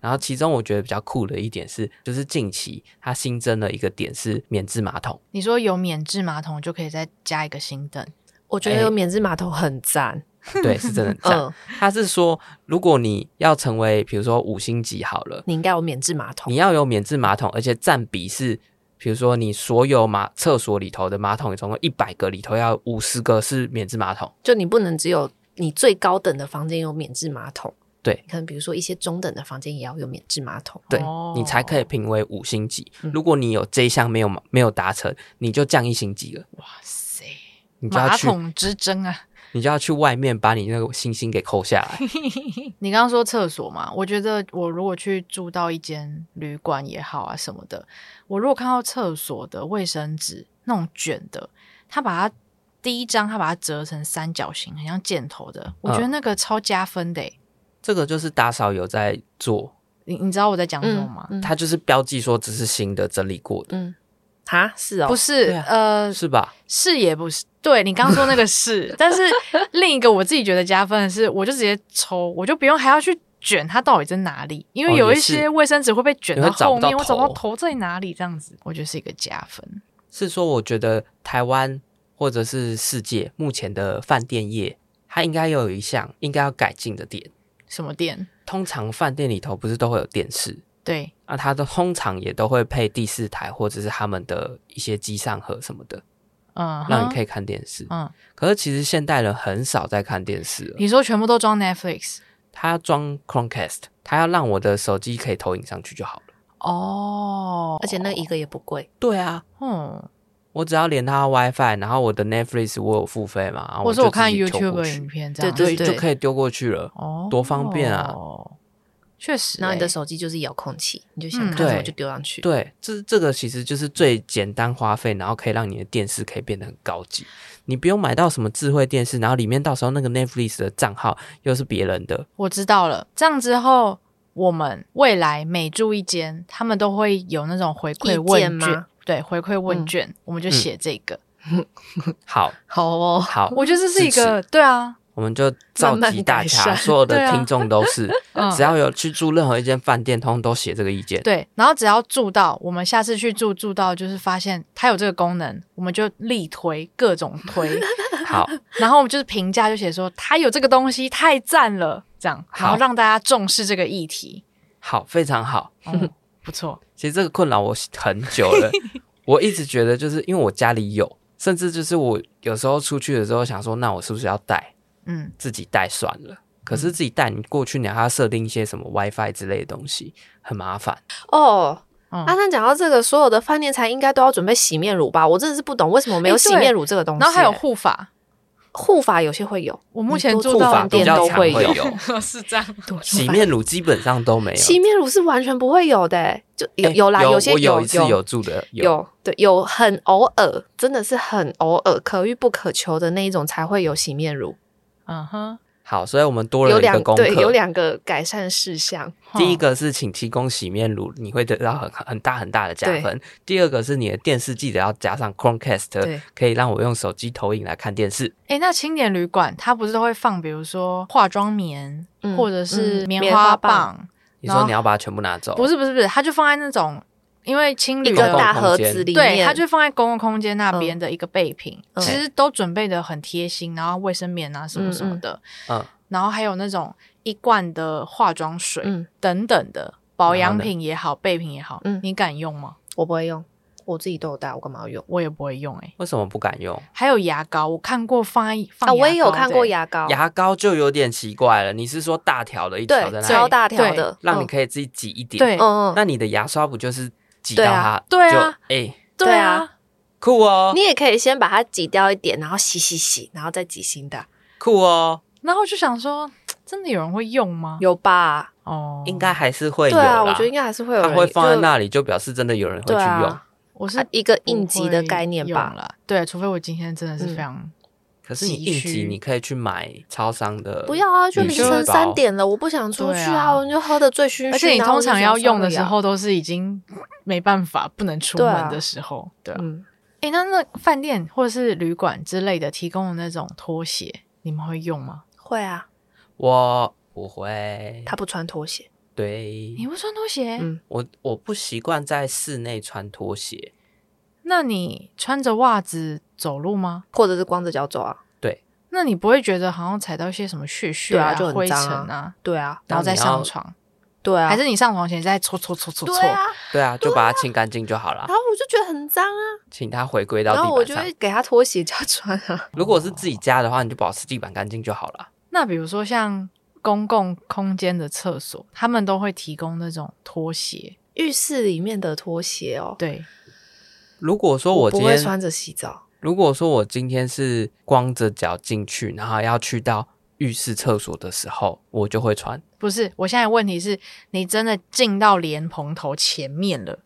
Speaker 2: 然后其中我觉得比较酷的一点是，就是近期它新增了一个点是免治马桶，
Speaker 1: 你说有免治马桶就可以再加一个星等，
Speaker 2: 哎
Speaker 3: 我觉得有免治马桶很赞，
Speaker 2: 对，是真的很 赞。
Speaker 3: 嗯，
Speaker 2: 他是说，如果你要成为比如说五星级好了，
Speaker 3: 你应该有免治马桶
Speaker 2: 你。要有免治马桶，而且占比是，比如说你所有马厕所里头的马桶，总共一百个里头要五十个是免治马桶。
Speaker 3: 就你不能只有你最高等的房间有免治马桶，
Speaker 2: 对，
Speaker 3: 可能比如说一些中等的房间也要有免治马桶。
Speaker 2: 对、
Speaker 1: 哦
Speaker 2: 你才可以评为五星级
Speaker 3: 嗯。
Speaker 2: 如果你有这一项没有没有达成，你就降一星级了，
Speaker 1: 哇塞，
Speaker 2: 你就要
Speaker 1: 马
Speaker 2: 去
Speaker 1: 桶之争啊！
Speaker 2: 你就要去外面把你那个星星给扣下 来。
Speaker 1: 你刚刚说厕所嘛，我觉得我如果去住到一间旅馆也好啊什么的，我如果看到厕所的卫生纸那种卷的，它把它第一张它把它折成三角形，很像箭头的，我觉得那个超加分的欸、
Speaker 2: 这个就是打扫有在做，
Speaker 1: 你你知道我在讲什么
Speaker 3: 嗯
Speaker 1: 吗？
Speaker 3: 嗯
Speaker 2: 它就是标记说这是新的整理过的，
Speaker 3: 嗯，哈是哦，
Speaker 1: 不是，
Speaker 2: 对啊
Speaker 1: 呃，
Speaker 2: 是吧？
Speaker 1: 是也不是。对你刚刚说那个 是，但是另一个我自己觉得加分的是，我就直接抽，我就不用还要去卷它到底在哪里，因为
Speaker 2: 哦
Speaker 1: 有
Speaker 2: 也
Speaker 1: 一
Speaker 2: 是
Speaker 1: 些卫生纸会被卷
Speaker 2: 你
Speaker 1: 到
Speaker 2: 会找
Speaker 1: 后
Speaker 2: 不到
Speaker 1: 面，我找不到
Speaker 2: 头
Speaker 1: 头在哪里，这样子我觉得是一个加分。
Speaker 2: 是说，我觉得台湾或者是世界目前的饭店业，它应该有一项应该要改进的点。
Speaker 1: 什么店？
Speaker 2: 通常饭店里头不是都会有电视，
Speaker 1: 对，
Speaker 2: 啊，它都通常也都会配第四台或者是他们的一些机上盒什么的，
Speaker 1: 嗯，
Speaker 2: 让你可
Speaker 1: 以，
Speaker 2: 以看电视。
Speaker 1: 嗯，
Speaker 2: 可是其实现代人很少在看电视了，
Speaker 1: 你说全部都装 Netflix
Speaker 2: 他要装 Chromecast，他要让我的手机可以投影上去就好了。
Speaker 1: 哦，
Speaker 3: 而且那一个也不贵，
Speaker 2: 对啊，
Speaker 1: 嗯，
Speaker 2: 我只要连他的 WiFi，然后我的 Netflix 我有付费嘛，然后
Speaker 1: 或
Speaker 2: 我
Speaker 1: 者
Speaker 2: 就
Speaker 1: 我看
Speaker 2: 自己丢
Speaker 1: YouTube
Speaker 2: 过
Speaker 1: 的
Speaker 2: 去
Speaker 1: 影片，这
Speaker 3: 对
Speaker 1: 样
Speaker 3: 对
Speaker 2: 就可以丢过去了。
Speaker 1: 哦，
Speaker 2: 多方便啊！
Speaker 1: 确实欸，
Speaker 3: 然后你的手机就是遥控器，你就想看
Speaker 1: 嗯
Speaker 3: 什么
Speaker 2: 对
Speaker 3: 就丢上去。
Speaker 2: 对，这这个其实就是最简单花费，然后可以让你的电视可以变得很高级。你不用买到什么智慧电视，然后里面到时候那个 Netflix 的账号又是别人的，
Speaker 1: 我知道了，这样之后，我们未来每住一间，他们都会有那种回馈
Speaker 3: 意见
Speaker 1: 问卷
Speaker 3: 吗，嗯
Speaker 1: 对，回馈问卷，我
Speaker 2: 嗯
Speaker 1: 们就写这个。
Speaker 2: 好
Speaker 3: 好 哦，
Speaker 2: 好，
Speaker 1: 我觉得这是一
Speaker 2: 支
Speaker 1: 个，对啊，
Speaker 2: 我们就召
Speaker 3: 慢
Speaker 2: 集
Speaker 3: 慢
Speaker 2: 大
Speaker 3: 改
Speaker 2: 家，
Speaker 3: 善
Speaker 2: 所有
Speaker 1: 对
Speaker 2: 的
Speaker 1: 啊
Speaker 2: 听众都是，
Speaker 1: 嗯
Speaker 2: 只要有去住任何一间饭店，通通都写这个意见。
Speaker 1: 对。然后只要住到，我们下次去住住到，就是发现它有这个功能，我们就力推各种 推，
Speaker 2: 好，
Speaker 1: 然后我们就是评价就写说它有这个东西太赞了，这样，然后
Speaker 2: 好
Speaker 1: 让大家重视这个议题。
Speaker 2: 好，非常好。
Speaker 1: 嗯不错，
Speaker 2: 其实这个困扰我很久了，我一直觉得就是因为我家里有，甚至就是我有时候出去的时候想说，那我是不是要带
Speaker 1: 嗯，
Speaker 2: 自己带算了？可是自己带你过去，你还要设定一些什么 WiFi 之类的东西，很麻烦。
Speaker 3: 哦，
Speaker 1: 嗯
Speaker 3: 阿、那讲到这个，所有的饭店才应该都要准备洗面乳吧？我真的是不懂为什么没有
Speaker 1: 哎对
Speaker 3: 洗面乳这个东西、欸
Speaker 1: 然后还有护法，
Speaker 3: 护发，有些会有，
Speaker 1: 我目前
Speaker 3: 你
Speaker 1: 住
Speaker 3: 多住
Speaker 1: 到
Speaker 3: 饭店
Speaker 2: 比较
Speaker 3: 都
Speaker 2: 常
Speaker 3: 会有
Speaker 2: 有，
Speaker 1: 是这样，
Speaker 2: 洗面乳基本上都没有。
Speaker 3: 洗面乳是完全不会有的、欸就有、
Speaker 2: 诶
Speaker 3: 有 啦，
Speaker 2: 有
Speaker 3: 些
Speaker 2: 我
Speaker 3: 有
Speaker 2: 一次有住的
Speaker 3: 有对有很偶尔，真的是很偶尔，可遇不可求的那一种才会有洗面乳。
Speaker 1: 嗯哼，
Speaker 2: 好，所以我们多了
Speaker 3: 有
Speaker 2: 一个
Speaker 3: 两
Speaker 2: 功课。
Speaker 3: 对有两个改善事项，
Speaker 2: 第一
Speaker 1: 哦
Speaker 2: 个是请提供洗面乳，你会得到很很大很大的加分。第二个是你的电视记得要加上 Chromecast，
Speaker 3: 对
Speaker 2: 可以让我用手机投影来看电视。
Speaker 1: 哎，那青年旅馆它不是都会放，比如说化妆棉、
Speaker 3: 嗯
Speaker 1: 或者是
Speaker 3: 嗯
Speaker 1: 棉
Speaker 3: 棉
Speaker 1: 花
Speaker 3: 花
Speaker 1: 棒，
Speaker 2: 你
Speaker 1: 然
Speaker 2: 说
Speaker 1: 后
Speaker 2: 你要把它全部拿走？
Speaker 1: 不是不是不是，它就放在那种，因为青
Speaker 3: 一
Speaker 1: 旅
Speaker 3: 个
Speaker 1: 的
Speaker 3: 大盒子里面，
Speaker 1: 对，它就放在公共空间那边的一个备品，
Speaker 3: 嗯
Speaker 1: 其实都准备的很贴心，然后卫生棉啊什么什么的，
Speaker 2: 嗯，
Speaker 1: 然后还有那种一罐的化妆水、
Speaker 3: 嗯，
Speaker 1: 等等的保
Speaker 2: 然后
Speaker 1: 养
Speaker 2: 呢
Speaker 1: 品也好，备品也好，
Speaker 3: 嗯
Speaker 1: 你敢用吗？
Speaker 3: 我不会用，我自己都有带，我干嘛要用？
Speaker 1: 我也不会用哎、
Speaker 2: 为什么不敢用？
Speaker 1: 还有牙膏，我看过放在放
Speaker 3: 啊，我也有
Speaker 1: 膏
Speaker 3: 看
Speaker 1: 的
Speaker 3: 过
Speaker 1: 欸
Speaker 3: 牙膏，
Speaker 2: 牙膏就有点奇怪了。你是说大条的一条在
Speaker 3: 对
Speaker 2: 那
Speaker 3: 超
Speaker 2: 里，
Speaker 3: 大条的，
Speaker 2: 让你
Speaker 3: 嗯
Speaker 2: 可以自己挤一点？
Speaker 1: 对
Speaker 3: 嗯嗯，
Speaker 2: 那你的牙刷不就是挤到
Speaker 3: 对
Speaker 2: 它
Speaker 3: 啊？
Speaker 1: 对啊
Speaker 2: 就，哎，
Speaker 1: 对
Speaker 3: 对
Speaker 1: 啊
Speaker 3: 啊，
Speaker 2: 酷哦，
Speaker 3: 你也可以先把它挤掉一点，然后洗洗洗，然后再挤新的，
Speaker 2: 酷哦，
Speaker 1: 然后就想说，真的有人会用吗？
Speaker 3: 有吧？
Speaker 1: 哦，
Speaker 2: 应该还是会
Speaker 3: 对
Speaker 2: 有啦。
Speaker 3: 啊，我觉得应该还是会有
Speaker 2: 它
Speaker 3: 人
Speaker 2: 会放在
Speaker 3: 就
Speaker 2: 那里，就表示真的有人会
Speaker 3: 对
Speaker 2: 去
Speaker 3: 啊
Speaker 2: 用。
Speaker 1: 我是
Speaker 3: 啊一个应急的概念吧。嗯
Speaker 1: 了。对，除非我今天真的是非常，
Speaker 2: 可是你
Speaker 1: 急
Speaker 2: 应
Speaker 1: 需
Speaker 2: 急，你可以去买超商的。
Speaker 3: 不要啊，就
Speaker 2: 你
Speaker 3: 凌
Speaker 2: 就
Speaker 3: 晨
Speaker 2: 饱
Speaker 3: 三点了，我不想出去
Speaker 1: 对
Speaker 3: 啊，
Speaker 1: 啊
Speaker 3: 我就喝的醉醺醺。
Speaker 1: 而且你
Speaker 3: 然后
Speaker 1: 通
Speaker 3: 我就
Speaker 1: 常
Speaker 3: 想
Speaker 1: 要
Speaker 3: 说
Speaker 1: 用的
Speaker 3: 而已
Speaker 1: 时
Speaker 3: 啊，
Speaker 1: 候都是已经没办法不能出
Speaker 3: 对啊
Speaker 1: 门的时候。对啊，
Speaker 3: 嗯，
Speaker 1: 诶，那那饭店或者是旅馆之类的提供的那种拖鞋，你们会用吗？
Speaker 3: 会啊，
Speaker 1: 嗯
Speaker 2: 我不会，
Speaker 3: 他不穿拖鞋，
Speaker 2: 对
Speaker 1: 你会穿拖鞋？
Speaker 3: 嗯
Speaker 2: 我我不习惯在室内穿拖鞋，
Speaker 1: 那你穿着袜子走路吗？
Speaker 3: 或者是光着脚走啊。
Speaker 1: 那你不会觉得好像踩到一些什么屑屑
Speaker 3: 对啊就很
Speaker 1: 灰尘
Speaker 3: 脏啊
Speaker 1: 啊，
Speaker 3: 对啊，
Speaker 1: 然后再
Speaker 2: 然后你要
Speaker 1: 上床，
Speaker 3: 对啊，
Speaker 1: 还是你上床前再搓搓搓搓搓
Speaker 3: 对？啊。
Speaker 2: 对啊，就把它清干净就好了
Speaker 3: 然，后我就觉得很脏啊，
Speaker 2: 请它回归到
Speaker 3: 然后我
Speaker 2: 地
Speaker 3: 就
Speaker 2: 板
Speaker 3: 会
Speaker 2: 上。
Speaker 3: 给他拖鞋叫他穿 啊。
Speaker 2: 如果是自己家的话，你就保持地板干净就好了。
Speaker 1: 那比如说像公共空间的厕所，他们都会提供那种拖鞋，
Speaker 3: 浴室里面的拖鞋哦，
Speaker 1: 对，
Speaker 2: 如果说我
Speaker 3: 不
Speaker 2: 今
Speaker 3: 会
Speaker 2: 天
Speaker 3: 穿着洗澡，
Speaker 2: 如果说我今天是光着脚进去，然后要去到浴室、厕所的时候，我就会穿。
Speaker 1: 不是。我现在问题是你真的进到莲蓬头前面了，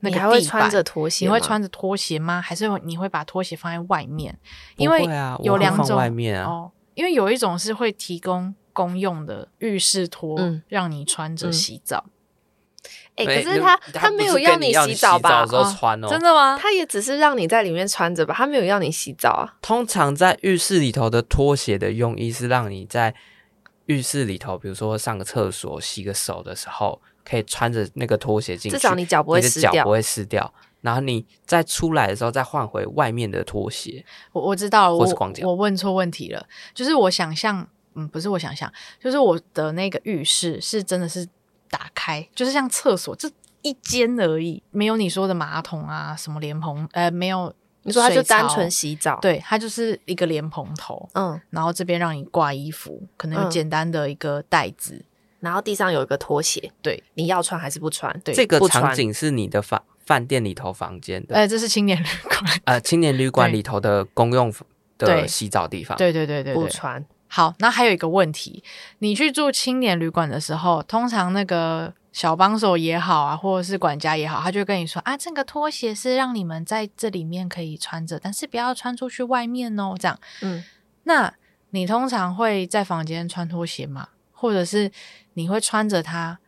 Speaker 1: 那
Speaker 3: 你
Speaker 1: 个
Speaker 3: 还会
Speaker 1: 地板
Speaker 3: 穿着拖鞋
Speaker 1: 你
Speaker 3: 吗？
Speaker 1: 会穿着拖鞋吗？还是你会把拖鞋放在外面？因为
Speaker 2: 不会啊，
Speaker 1: 有
Speaker 2: 我会
Speaker 1: 两
Speaker 2: 放
Speaker 1: 种
Speaker 2: 外面啊，
Speaker 1: 哦，因为有一种是会提供公用的浴室拖，
Speaker 3: 嗯
Speaker 1: 让你穿着洗澡，
Speaker 3: 哎、
Speaker 2: 哎
Speaker 3: 可
Speaker 2: 那
Speaker 3: 是他
Speaker 2: 他不
Speaker 3: 没有
Speaker 2: 是跟
Speaker 3: 你
Speaker 2: 你要
Speaker 3: 洗
Speaker 2: 你
Speaker 3: 澡
Speaker 2: 澡
Speaker 3: 吧
Speaker 2: 的时？候
Speaker 1: 哦
Speaker 2: 穿哦。
Speaker 1: 真的吗？
Speaker 3: 他也只是让你在里面穿着吧，他没有要你洗澡啊。
Speaker 2: 通常在浴室里头的拖鞋的用意是让你在浴室里头，比如说上个厕所、洗个手的时候，可以穿着那个拖鞋进去，
Speaker 3: 至少你脚不会
Speaker 2: 你
Speaker 3: 湿
Speaker 2: 的脚
Speaker 3: 掉
Speaker 2: 不会湿掉。然后你再出来的时候，再换回外面的拖鞋。
Speaker 1: 我我知道了，
Speaker 2: 或是
Speaker 1: 我
Speaker 2: 光脚
Speaker 1: 我问错问题了，就是我想象，嗯，不是我想象，就是我的那个浴室是真的是打开，就是像厕所这一间而已，没有你说的马桶啊，什么莲蓬，呃，没有水槽，
Speaker 3: 你说他就单纯洗澡，，
Speaker 1: 对，它就是一个莲蓬头，
Speaker 3: 嗯，
Speaker 1: 然后这边让你挂衣服，可能有
Speaker 3: 嗯
Speaker 1: 简单的一个袋子，
Speaker 3: 然后地上有一个拖鞋，
Speaker 1: 对，
Speaker 3: 你要穿还是不穿？
Speaker 1: 对
Speaker 2: 这个
Speaker 3: 不穿
Speaker 2: 场景是你的房饭店里头房间的
Speaker 1: 呃，这是青年旅馆，
Speaker 2: 呃青年旅馆
Speaker 1: 对
Speaker 2: 里头的公用
Speaker 1: 对
Speaker 2: 的洗澡地方。
Speaker 1: 对对对对
Speaker 3: 不
Speaker 1: 对。
Speaker 3: 穿，
Speaker 1: 好，那还有一个问题，你去住青年旅馆的时候，通常那个小帮手也好啊，或者是管家也好，他就会跟你说啊，这个拖鞋是让你们在这里面可以穿着，但是不要穿出去外面哦。这样，
Speaker 3: 嗯，
Speaker 1: 那你通常会在房间穿拖鞋吗？或者是你会穿着它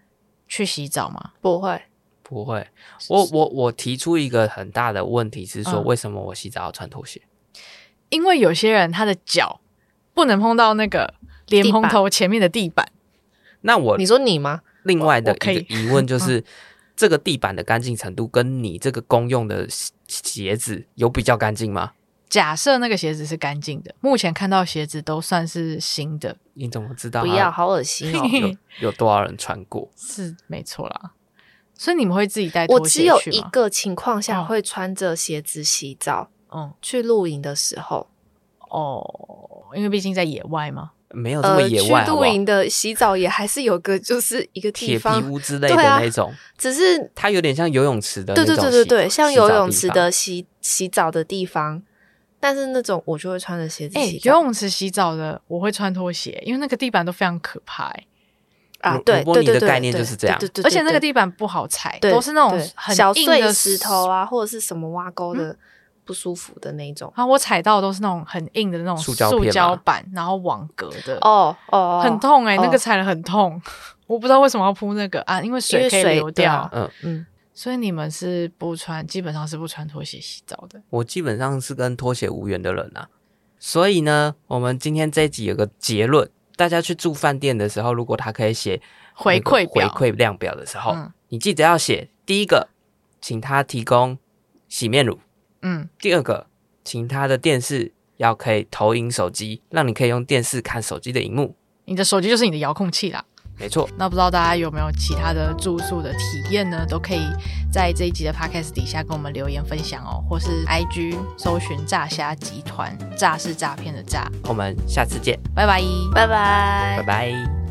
Speaker 1: 去洗澡吗？
Speaker 3: 不会，
Speaker 2: 不会，我我我提出一个很大的问题是说，
Speaker 1: 嗯
Speaker 2: 为什么我洗澡要穿拖鞋？
Speaker 1: 因为有些人他的脚不能碰到那个莲
Speaker 3: 地
Speaker 1: 蓬
Speaker 3: 板
Speaker 1: 头前面的地板，
Speaker 2: 那我
Speaker 3: 你说你吗？
Speaker 2: 另外的
Speaker 1: 我可
Speaker 2: 一
Speaker 1: 以
Speaker 2: 个疑 问
Speaker 3: 嗯
Speaker 2: 就是，这个地板的干净程度跟你这个公用的鞋鞋子有比较干净吗？
Speaker 1: 假设那个鞋子是干净的，目前看到鞋子都算是新的，
Speaker 2: 你怎么知道
Speaker 3: 不
Speaker 2: 它
Speaker 3: 要，好恶心哦！
Speaker 2: 有有多少人穿过？
Speaker 1: 是没错啦。所以你们会自己带
Speaker 3: 我
Speaker 1: 拖
Speaker 3: 只
Speaker 1: 鞋
Speaker 3: 有
Speaker 1: 去
Speaker 3: 一
Speaker 1: 吗？
Speaker 3: 个情况下
Speaker 2: 嗯
Speaker 1: 哦
Speaker 3: 会穿着鞋子洗澡，
Speaker 1: 嗯，
Speaker 3: 去露营的时候，
Speaker 1: 哦，因为毕竟在野外嘛。
Speaker 2: 没有哦这么
Speaker 3: 呃，
Speaker 2: 野
Speaker 3: 去
Speaker 2: 外，好不
Speaker 3: 露
Speaker 2: 好？
Speaker 3: 营的洗澡也还是有个就是一个地
Speaker 2: 铁皮
Speaker 3: 方，
Speaker 2: 屋之类的
Speaker 3: 对啊
Speaker 2: 那种，
Speaker 3: 只是
Speaker 2: 它有点像游泳池的那种
Speaker 3: 对对
Speaker 2: 洗，
Speaker 3: 对对对，像
Speaker 2: 洗澡
Speaker 3: 游泳池
Speaker 2: 地方
Speaker 3: 的洗洗澡的地方，但是那种我就会穿着鞋子
Speaker 1: 哎、
Speaker 3: 洗
Speaker 1: 游
Speaker 3: 澡、
Speaker 1: 泳池洗澡的我会穿拖鞋，因为那个地板都非常可怕、欸，
Speaker 3: 啊，
Speaker 2: 鲁
Speaker 3: 对
Speaker 2: 鲁波
Speaker 3: 对
Speaker 2: 尼
Speaker 3: 对
Speaker 2: 的
Speaker 3: 对
Speaker 2: 概念
Speaker 3: 对
Speaker 2: 就是这样
Speaker 3: 对对对
Speaker 1: 而且那个
Speaker 3: 对
Speaker 1: 地板不好踩，
Speaker 3: 对
Speaker 1: 都是那种
Speaker 3: 对
Speaker 1: 很
Speaker 3: 小
Speaker 1: 硬
Speaker 3: 碎
Speaker 1: 的
Speaker 3: 石嗯头。啊，或者是什么挖沟的、不舒服的那种。
Speaker 1: 啊，我踩到都是那种很硬的那种
Speaker 2: 塑胶片啊吗
Speaker 1: 板，然后网格的，
Speaker 3: 哦哦，哦
Speaker 1: 很，痛哎、
Speaker 3: 哦
Speaker 1: 那个踩了很痛。 我不知道为什么要铺那个啊，因为
Speaker 3: 因
Speaker 1: 水
Speaker 3: 为
Speaker 1: 可以
Speaker 3: 水
Speaker 1: 流
Speaker 3: 对
Speaker 1: 掉。
Speaker 3: 啊嗯，
Speaker 1: 所以你们是不穿，基本上是不穿拖鞋洗澡的。
Speaker 2: 我基本上是跟拖鞋无缘的人啊。所以呢，我们今天这一集有个结论：大家去住饭店的时候，如果他可以写
Speaker 1: 回馈表，
Speaker 2: 回馈量表的时候，
Speaker 1: 嗯
Speaker 2: 你记得要写第一个，请他提供洗面乳；
Speaker 1: 嗯，
Speaker 2: 第二个，请他的电视要可以投影手机，让你可以用电视看手机的荧幕。
Speaker 1: 你的手机就是你的遥控器啦。
Speaker 2: 没错，
Speaker 1: 那不知道大家有没有其他的住宿的体验呢？都可以在这一集的 podcast 底下跟我们留言分享哦，或是 IG 搜寻“诈虾集团”，诈是诈骗的诈。
Speaker 2: 我们下次见，
Speaker 1: 拜拜。
Speaker 3: 拜
Speaker 2: 拜
Speaker 3: 拜
Speaker 2: 拜